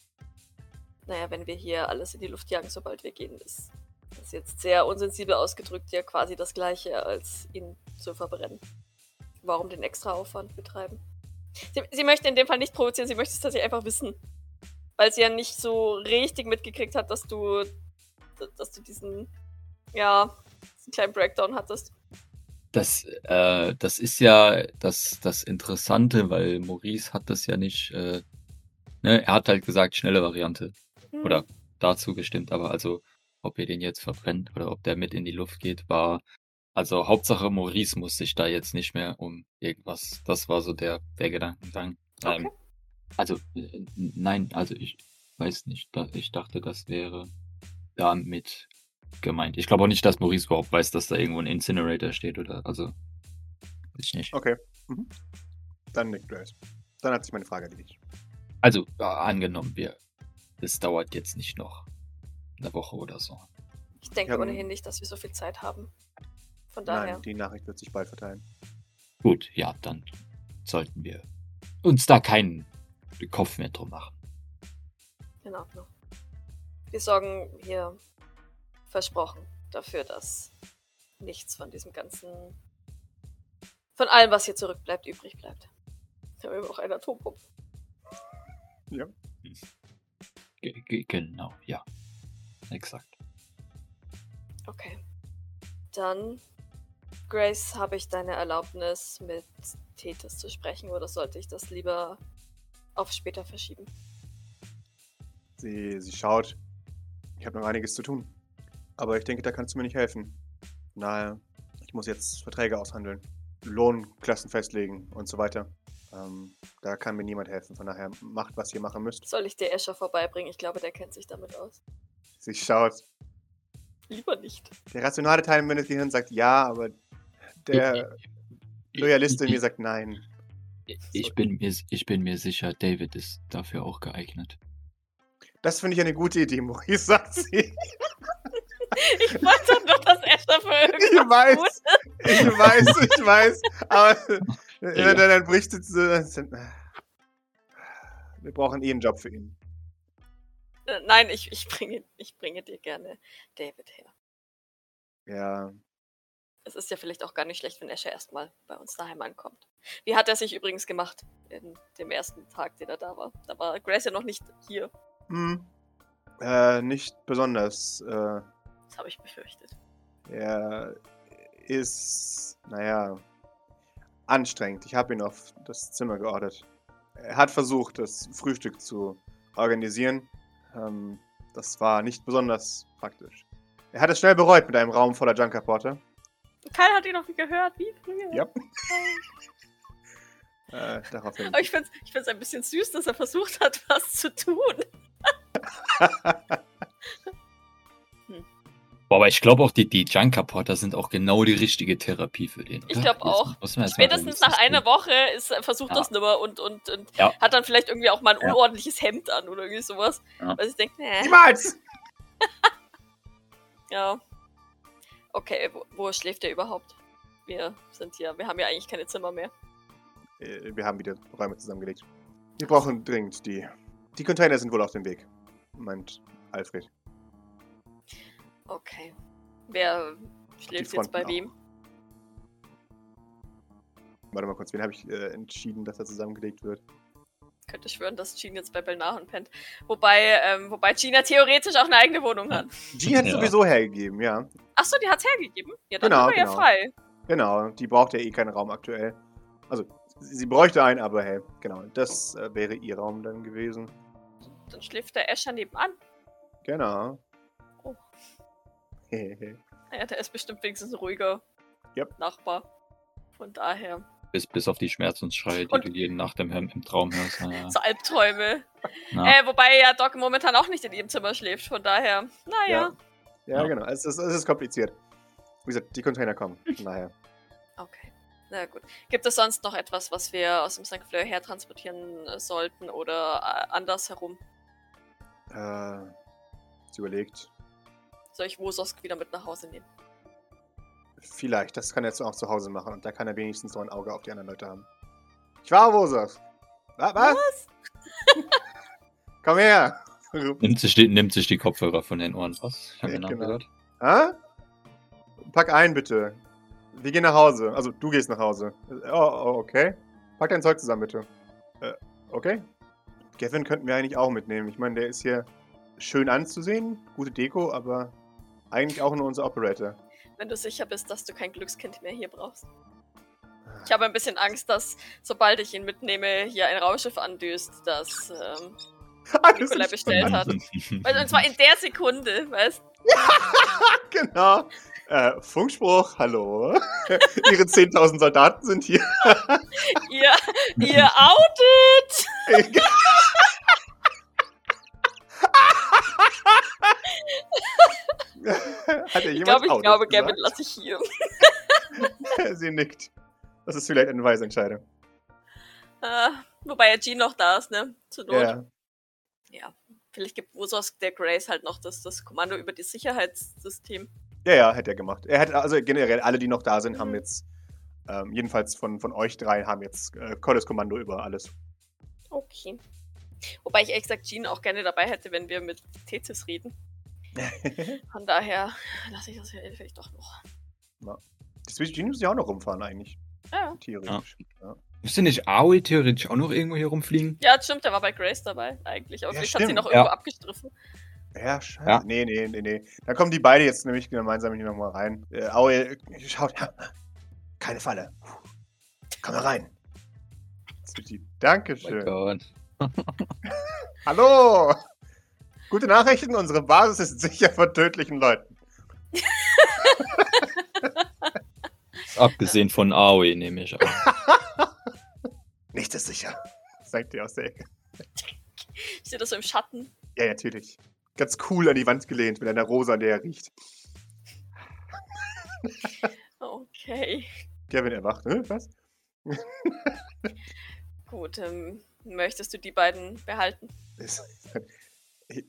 A: Naja, wenn wir hier alles in die Luft jagen, sobald wir gehen, ist das jetzt sehr unsensibel ausgedrückt ja quasi das gleiche, als ihn zu verbrennen. Warum den extra Aufwand betreiben? Sie, sie möchte in dem Fall nicht provozieren, sie möchte es tatsächlich einfach wissen. Weil sie ja nicht so richtig mitgekriegt hat, dass du, dass du diesen, ja, diesen kleinen Breakdown hattest.
C: Das, äh, das ist ja das, das Interessante, weil Maurice hat das ja nicht. Äh, ne? Er hat halt gesagt, schnelle Variante.
A: Hm.
C: Oder dazu gestimmt, aber also, ob ihr den jetzt verbrennt oder ob der mit in die Luft geht, war. Also, Hauptsache Maurice muss sich da jetzt nicht mehr um irgendwas. Das war so der, der Gedankengang. Ähm, also, äh, nein, also ich weiß nicht. Da, ich dachte, das wäre damit gemeint. Ich glaube auch nicht, dass Maurice überhaupt weiß, dass da irgendwo ein Incinerator steht oder. Also, weiß ich nicht.
B: Okay. Mhm. Dann Nick Grace. Dann hat sich meine Frage erledigt.
C: Also, äh, angenommen, wir. Es dauert jetzt nicht noch eine Woche oder so.
A: Ich denke
B: Ja,
A: ohnehin nicht, dass wir so viel Zeit haben. Von daher.
B: Nein, die Nachricht wird sich bald verteilen.
C: Gut, ja, dann sollten wir uns da keinen Kopf mehr drum machen.
A: In Ordnung. Wir sorgen hier versprochen dafür, dass nichts von diesem ganzen. von allem, was hier zurückbleibt, übrig bleibt. Wir haben eben auch eine Atompumpe.
C: Ge- ge- genau, ja. Exakt.
A: Okay. Dann, Grace, habe ich deine Erlaubnis, mit Tethys zu sprechen oder sollte ich das lieber auf später verschieben?
B: Sie, sie schaut. Ich habe noch einiges zu tun. Aber ich denke, da kannst du mir nicht helfen. Naja, ich muss jetzt Verträge aushandeln, Lohnklassen festlegen und so weiter. Ähm, da kann mir niemand helfen. Von daher macht, was ihr machen müsst.
A: Soll ich dir Escher vorbeibringen? Ich glaube, der kennt sich damit aus.
B: Sie schaut.
A: Lieber nicht.
B: Der rationale Teil meines Gehirns sagt ja, aber der Loyalist in mir sagt nein.
C: ich, ich, bin mir, ich bin mir sicher, David ist dafür auch geeignet.
B: Das finde ich eine gute Idee, Maurice, sagt sie.
A: Ich wollte doch, dass Escher dafür
B: Ich
A: irgendwas tut.
B: weiß, ich weiß, ich weiß. Aber wenn er dann bricht, sitzt er so, wir brauchen eh einen Job für ihn.
A: Äh, Nein, ich, ich, bringe, ich bringe dir gerne David her.
B: Ja,
A: Es ist ja vielleicht auch gar nicht schlecht, wenn Escher erstmal bei uns daheim ankommt. Wie hat er sich übrigens gemacht in dem ersten Tag, den er da war? Da war Grace ja noch nicht hier.
B: hm. Äh, nicht besonders. Äh,
A: Das habe ich befürchtet.
B: er ist, naja, anstrengend. Ich habe ihn auf das Zimmer geordert. Er hat versucht, das Frühstück zu organisieren. Ähm, das war nicht besonders praktisch. Er hat es schnell bereut mit einem Raum voller Junkerporter.
A: Keiner hat ihn noch gehört, wie früher.
B: Ja. Äh, daraufhin.
A: Aber ich finde es ich find's ein bisschen süß, dass er versucht hat, was zu tun.
C: Boah, aber ich glaube auch, die, die Junkerporter sind auch genau die richtige Therapie für den.
A: Ich glaub auch. Spätestens nach einer Woche ist, er versucht
C: Ja.
A: das nimmer und, und, und
C: Ja.
A: hat dann vielleicht irgendwie auch mal ein
C: Ja.
A: unordentliches Hemd an oder irgendwie sowas.
C: Ja.
A: Weil ich denke, nee.
B: Niemals!
A: Ja. Okay, wo, wo schläft er überhaupt? Wir sind hier, wir haben ja eigentlich keine Zimmer mehr.
B: Äh, Wir haben wieder Räume zusammengelegt. Wir brauchen dringend die. Die Container sind wohl auf dem Weg, meint Alfred.
A: Okay. Wer schläft jetzt
B: Fronten
A: bei
B: auch.
A: wem?
B: Warte mal kurz, wen habe ich äh, entschieden, dass er zusammengelegt wird?
A: Könnte schwören, dass Jean jetzt bei Belnaren pennt. Wobei, ähm, wobei Jean ja theoretisch auch eine eigene Wohnung hat.
B: Jean hat es
C: Ja.
B: sowieso hergegeben, ja.
A: Achso, die hat's hergegeben. Ja, dann
B: Genau,
A: haben wir ja
B: genau.
A: frei.
B: Genau, die braucht ja eh keinen Raum aktuell. Also, sie sie bräuchte einen, aber hey, genau, das äh, wäre ihr Raum dann gewesen.
A: Dann schläft der Escher nebenan.
B: Genau.
A: Oh.
B: Hehehe.
A: Naja, Ah der ist bestimmt wenigstens ein ruhiger
B: Yep.
A: Nachbar. Von daher.
C: Bis, bis auf die Schmerzensschreie, die
A: Und-
C: du jeden Nacht im, im Traum hörst. Ja,
A: So Albträume.
C: ja.
A: Äh, wobei ja Doc momentan auch nicht in ihrem Zimmer schläft. Von daher, naja.
B: ja,
C: Ja.
B: genau, es ist, es ist kompliziert. Wie gesagt, die Container kommen, von daher.
A: Okay. Na gut. Gibt es sonst noch etwas, was wir aus dem St. Fleur her transportieren äh, sollten oder äh, andersherum?
B: Äh, sie überlegt.
A: Soll ich Wososk wieder mit nach Hause nehmen?
B: Vielleicht, das kann er jetzt auch zu Hause machen und da kann er wenigstens noch ein Auge auf die anderen Leute haben. Ich war Wosas. Was? Was? Komm her.
C: nimmt, sich die, nimmt sich die Kopfhörer von den Ohren. Was? Ich hab
B: Ja,
C: den Namen
B: genau.
C: gehört.
B: Hä? Pack ein, bitte. Wir gehen nach Hause. Also, du gehst nach Hause. Äh, Oh, oh okay. Pack dein Zeug zusammen, bitte. Äh, okay. Gavin könnten wir eigentlich auch mitnehmen. Ich meine, der ist hier schön anzusehen, gute Deko, aber eigentlich auch nur unser Operator.
A: Wenn du sicher bist, dass du kein Glückskind mehr hier brauchst. Ich habe ein bisschen Angst, dass sobald ich ihn mitnehme, hier ein Raumschiff andüst, das ähm,
B: Alles
A: Nikolai
B: ist
A: bestellt hat. Weil- Und zwar in der Sekunde, weißt du?
B: genau. Äh, Funkspruch, hallo. Ihre 10.000 Soldaten sind hier.
A: Ihr, ihr outet!
B: Hat ja jemand
A: Ich glaube, ich
B: Autos
A: glaube,
B: gesagt?
A: Gavin lasse ich hier.
B: Sie nickt. Das ist vielleicht eine weise Entscheidung.
A: Äh, wobei ja Jean noch da ist, ne? Zur Not.
B: Ja.
A: Vielleicht gibt Wososk der Grace halt noch das, das Kommando über das Sicherheitssystem.
B: Ja, ja, hätte er gemacht. Er hat also generell alle, die noch da sind, haben
A: Mhm.
B: jetzt, ähm, jedenfalls von, von euch drei, haben jetzt äh, Colles Kommando über alles.
A: Okay. Wobei ich ehrlich gesagt Jean auch gerne dabei hätte, wenn wir mit Tethys reden. Von daher lasse ich das hier vielleicht doch noch.
B: Das Virginie muss ja auch noch rumfahren, eigentlich.
A: Ah Ja, ja.
B: Theoretisch.
C: Müsste nicht Aoi theoretisch auch noch irgendwo hier rumfliegen?
A: ja stimmt, der war bei Grace dabei eigentlich. Aber
B: Ja,
A: vielleicht hat sie
B: stimmt,
A: noch irgendwo
C: ja.
A: abgestriffen.
B: Ja, scheiße.
C: Ja.
B: Nee, nee, nee, nee. Da kommen die beide jetzt nämlich gemeinsam hier nochmal rein. Äh, Aue, schaut. Keine Falle. Komm mal rein. Zwitty,
C: Oh mein
B: Dankeschön.
C: Gott.
B: Hallo! Gute Nachrichten, unsere Basis ist sicher vor tödlichen Leuten.
C: Abgesehen von Aoi nehme ich an.
B: Nichts ist sicher, sagt ihr aus der Ecke.
A: Ich sehe das so im Schatten.
B: Ja, natürlich. Ganz cool an die Wand gelehnt mit einer Rose, an der er riecht.
A: Okay.
B: Gavin erwacht. Hä, ne? was?
A: Gut, ähm, möchtest du die beiden behalten?
B: Ist-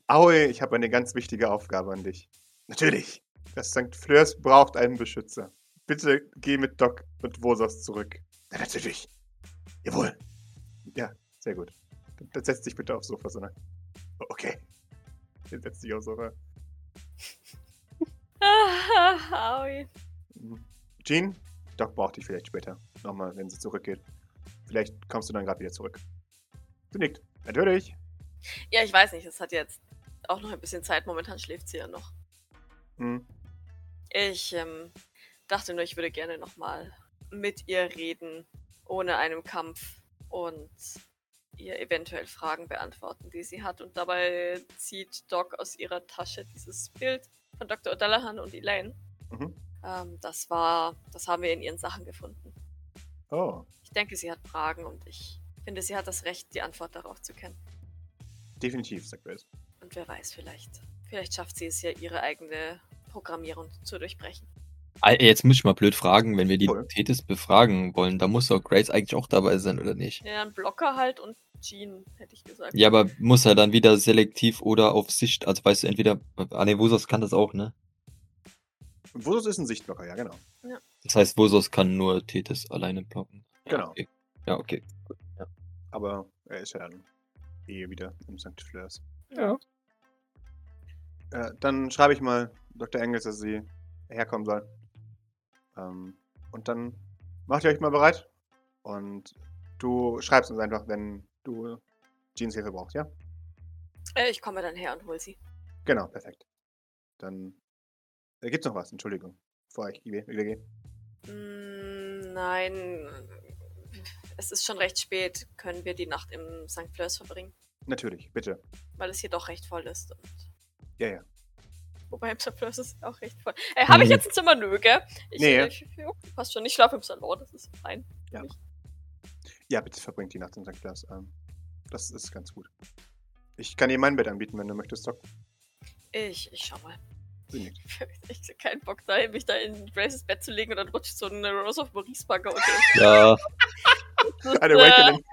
B: Aue, ich habe eine ganz wichtige Aufgabe an dich. Natürlich. Das St. Fleurs braucht einen Beschützer. Bitte geh mit Doc und Vosas zurück. Na, natürlich. Jawohl. Ja, sehr gut. Dann dann setz dich bitte aufs Sofa, Sonne. O- Okay. Dann setz dich aufs Sofa.
A: Ah, Aui.
B: Mhm. Jean, Doc braucht dich vielleicht später. Nochmal, wenn sie zurückgeht. Vielleicht kommst du dann gerade wieder zurück. Sie nickt. Natürlich.
A: Ja, ich weiß nicht, es hat jetzt auch noch ein bisschen Zeit. Momentan schläft sie ja noch.
B: Mhm.
A: Ich ähm, dachte nur, ich würde gerne nochmal mit ihr reden, ohne einem Kampf und ihr eventuell Fragen beantworten, die sie hat. Und dabei zieht Doc aus ihrer Tasche dieses Bild von Dr. O'Dallahan und Elaine.
B: Mhm.
A: Ähm, das war, das haben wir in ihren Sachen gefunden.
B: Oh.
A: Ich denke, sie hat Fragen und ich finde, sie hat das Recht, die Antwort darauf zu kennen.
B: Definitiv, sagt Grace.
A: Und wer weiß, vielleicht, vielleicht schafft sie es ja, ihre eigene Programmierung zu durchbrechen.
C: Ah, Jetzt muss ich mal blöd fragen, wenn wir die
B: Voll.
C: Tethys befragen wollen, da muss doch Grace eigentlich auch dabei sein, oder nicht?
A: Ja, ein Blocker halt und Jean, hätte ich gesagt.
C: Ja, aber muss er dann wieder selektiv oder auf Sicht, also weißt du, entweder, ah ne, Vosos kann das auch, ne?
B: Und Vosos ist ein Sichtblocker, ja, genau.
C: Das heißt, Vosos kann nur Tethys alleine blocken.
B: Genau.
C: Ja, okay. Ja, okay.
B: Aber er ist ja dann eh wieder im St. Fleurs.
C: Ja.
B: Äh, dann schreibe ich mal Dr. Engels, dass sie herkommen soll. Ähm, und dann macht ihr euch mal bereit. Und du schreibst uns einfach, wenn du Jeans Hilfe brauchst, ja?
A: Äh, ich komme dann her und hol sie.
B: Genau, perfekt. Dann äh, gibt's noch was, Entschuldigung, bevor ich gehe- wieder gehe.
A: Mm, nein, es ist schon recht spät. Können wir die Nacht im St. Fleurs verbringen?
B: Natürlich, bitte.
A: Weil es hier doch recht voll ist. Und
B: Ja, ja.
A: wobei im St. Fleurs ist es auch recht voll. Ey, habe ich
C: Mhm.
A: jetzt ein Zimmer? Nö, gell? Ich,
B: Nee.
A: ich, ich, passt schon. Ich schlafe im Salon, das ist fein.
B: Ja, bitte verbringt die Nacht im St. Fleurs. Ähm, das ist ganz gut. Ich kann dir mein Bett anbieten, wenn du möchtest, Doc.
A: Ich, ich schau mal.
B: Sie nickt.
A: Ich habe echt keinen Bock, da, mich da in Graces Bett zu legen und dann rutscht so eine Rose of Maurice Bagger unter.
C: Ja,
A: Das,
B: Ein Awakening.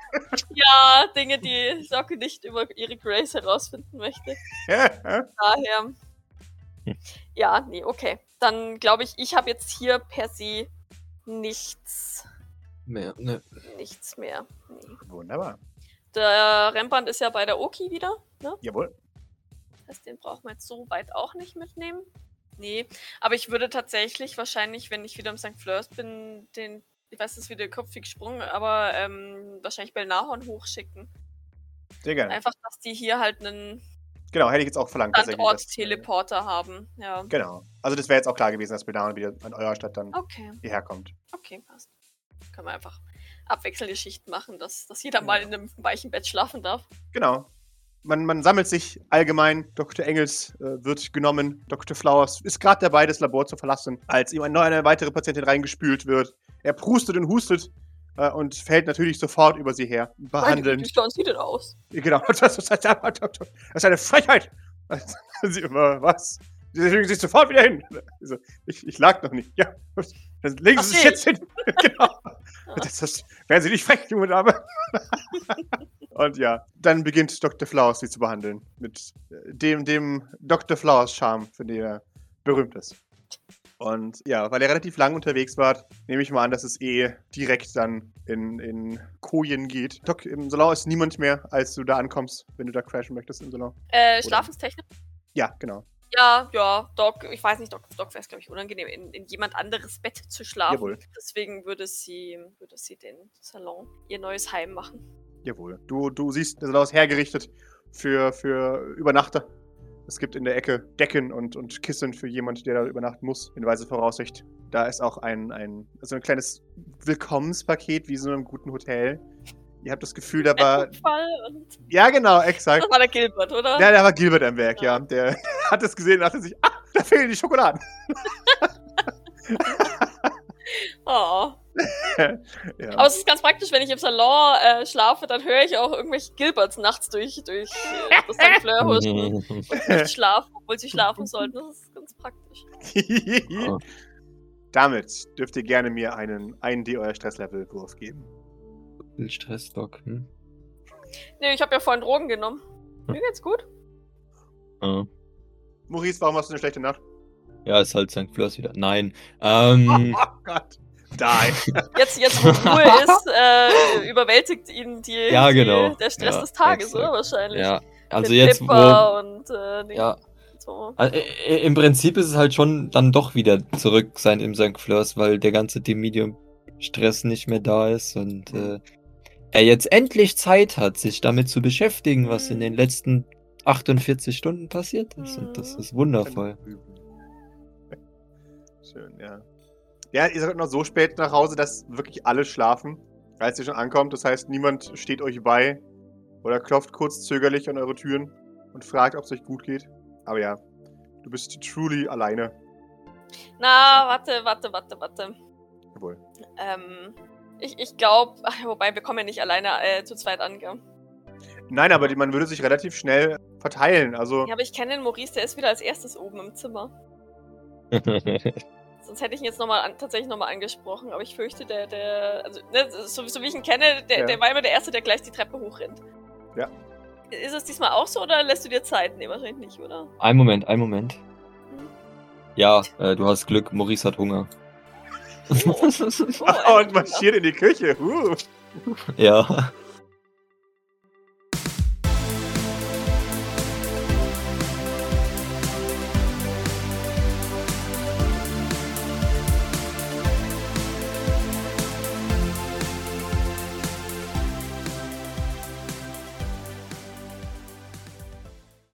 A: ja, Dinge, die Socke nicht über ihre Grace herausfinden möchte. Daher.
C: Hm.
A: Ja, nee, okay. Dann glaube ich, ich habe jetzt hier per se nichts,
C: mehr, ne.
A: nichts mehr. Nee.
B: Wunderbar.
A: Der Rembrandt ist ja bei der Oki wieder, ne?
B: Jawohl.
A: Das heißt, den brauchen wir jetzt so weit auch nicht mitnehmen. Nee, aber ich würde tatsächlich wahrscheinlich, wenn ich wieder im St. Fleurs bin, den, ich weiß, es ist wieder kopfig gesprungen, aber ähm, wahrscheinlich Belnahorn hochschicken.
B: Sehr gerne.
A: Einfach, dass die hier halt einen
B: Genau, hätte ich jetzt auch verlangt. dass er geht, dass-
A: Standort-Teleporter haben. Ja.
B: Genau. Also das wäre jetzt auch klar gewesen, dass Bedan wieder an eurer Stadt dann
A: Okay.
B: hierher kommt.
A: Okay, passt. Können wir einfach abwechselnde Schichten machen, dass, dass jeder mal in einem weichen Bett schlafen darf.
B: Genau. Man, man sammelt sich allgemein. Dr. Engels äh, wird genommen. Dr. Flowers ist gerade dabei, das Labor zu verlassen, als ihm eine, eine weitere Patientin reingespült wird. Er prustet und hustet äh, und fällt natürlich sofort über sie her.
A: Wie
B: Behandelnd.
A: schauen sie denn aus?
B: Genau, das ist, das ist eine Frechheit. Sie immer, was? Sie legen sich sofort wieder hin. Also, ich, ich lag noch nicht. Ja, dann legen
A: Ach,
B: Sie sich
A: nee.
B: jetzt hin. genau. Das, das, wären Sie nicht frech, junge Dame. Und ja, dann beginnt Dr. Flowers sie zu behandeln. Mit äh, dem, dem Dr. Flowers-Charme, für den er berühmt ist. Und ja, weil er relativ lang unterwegs war, nehme ich mal an, dass es eh direkt dann in, in Kojen geht. Doc, im Salon ist niemand mehr, als du da ankommst, wenn du da crashen möchtest im Salon.
A: Äh,
B: Oder-
A: Schlafenstechnik?
B: Ja, genau.
A: Ja, ja, Doc, ich weiß nicht, Doc, Doc wäre es, glaube ich, unangenehm, in, in jemand anderes Bett zu schlafen.
B: Jawohl.
A: Deswegen würde sie, würde sie den Salon ihr neues Heim machen.
B: Jawohl. Du, du siehst, der Salon ist hergerichtet für, für Übernachter. Es gibt in der Ecke Decken und, und Kissen für jemanden, der da übernachten muss, in weiser Voraussicht. Da ist auch ein, ein, so ein kleines Willkommenspaket, wie so in einem guten Hotel. Ihr habt das Gefühl, da war.
A: Fall und
B: Ja, genau, exakt.
A: das war der Gilbert, oder?
B: Ja, da war Gilbert am Werk, ja. Der hat es gesehen und dachte sich, ah, da fehlen die Schokoladen.
A: Oh. Aber
B: Ja.
A: es ist ganz praktisch, wenn ich im Salon äh, schlafe, dann höre ich auch irgendwelche Gilberts nachts durch, durch äh, das St. Fleur huschen. nicht schlafen, obwohl sie schlafen sollten. Das ist ganz praktisch.
B: Damit dürft ihr gerne mir einen 1D euer Stresslevel-Wurf geben.
C: Viel Stress, Doc. Hm?
A: Nee, ich habe ja vorhin Drogen genommen. Mir geht's gut.
C: Ja.
B: Maurice, warum hast du eine schlechte Nacht?
C: Ja, ist halt St. Flörs wieder. Nein. Ähm,
B: Oh Gott. Nein.
A: Jetzt, jetzt wo Ruhe ist, äh, überwältigt ihn die,
C: Ja, genau.
A: die, der Stress
C: Ja,
A: des Tages,
C: exakt.
A: oder? Wahrscheinlich.
C: ja, also
A: Mit
C: jetzt, wo.
A: Pippa und äh, den-
C: Ja,
A: so.
C: also, äh, im Prinzip ist es halt schon dann doch wieder zurück sein im St. Flörs, weil der ganze Demedium-Stress nicht mehr da ist und äh, er jetzt endlich Zeit hat, sich damit zu beschäftigen, was in
A: Mhm.
C: den letzten 48 Stunden passiert ist. Und das
A: Mhm.
C: ist wundervoll.
B: Schön, ja. Ja, ihr seid noch so spät nach Hause, dass wirklich alle schlafen, als ihr schon ankommt. Das heißt, niemand steht euch bei oder klopft kurz zögerlich an eure Türen und fragt, ob es euch gut geht. Aber ja, du bist truly alleine.
A: Na, warte, warte, warte, warte.
B: Jawohl.
A: Ähm, ich ich glaube, wobei wir kommen ja nicht alleine äh, zu zweit an. gell?
B: Nein, aber die, man würde sich relativ schnell verteilen. Also,
A: Ja, aber ich kenne den Maurice, der ist wieder als erstes oben im Zimmer. Sonst hätte ich ihn jetzt noch mal an, tatsächlich nochmal angesprochen, aber ich fürchte, der, der, also, ne, so, so wie ich ihn kenne, der,
B: Ja.
A: der war immer der Erste, der gleich die Treppe hochrennt.
B: Ja.
A: Ist es diesmal auch so oder lässt du dir Zeit? Nee, wahrscheinlich nicht, oder?
C: Ein Moment, ein Moment.
A: Hm?
C: Ja, äh, du hast Glück, Maurice hat Hunger.
A: Oh.
B: und marschiert in die Küche. Uh.
C: ja.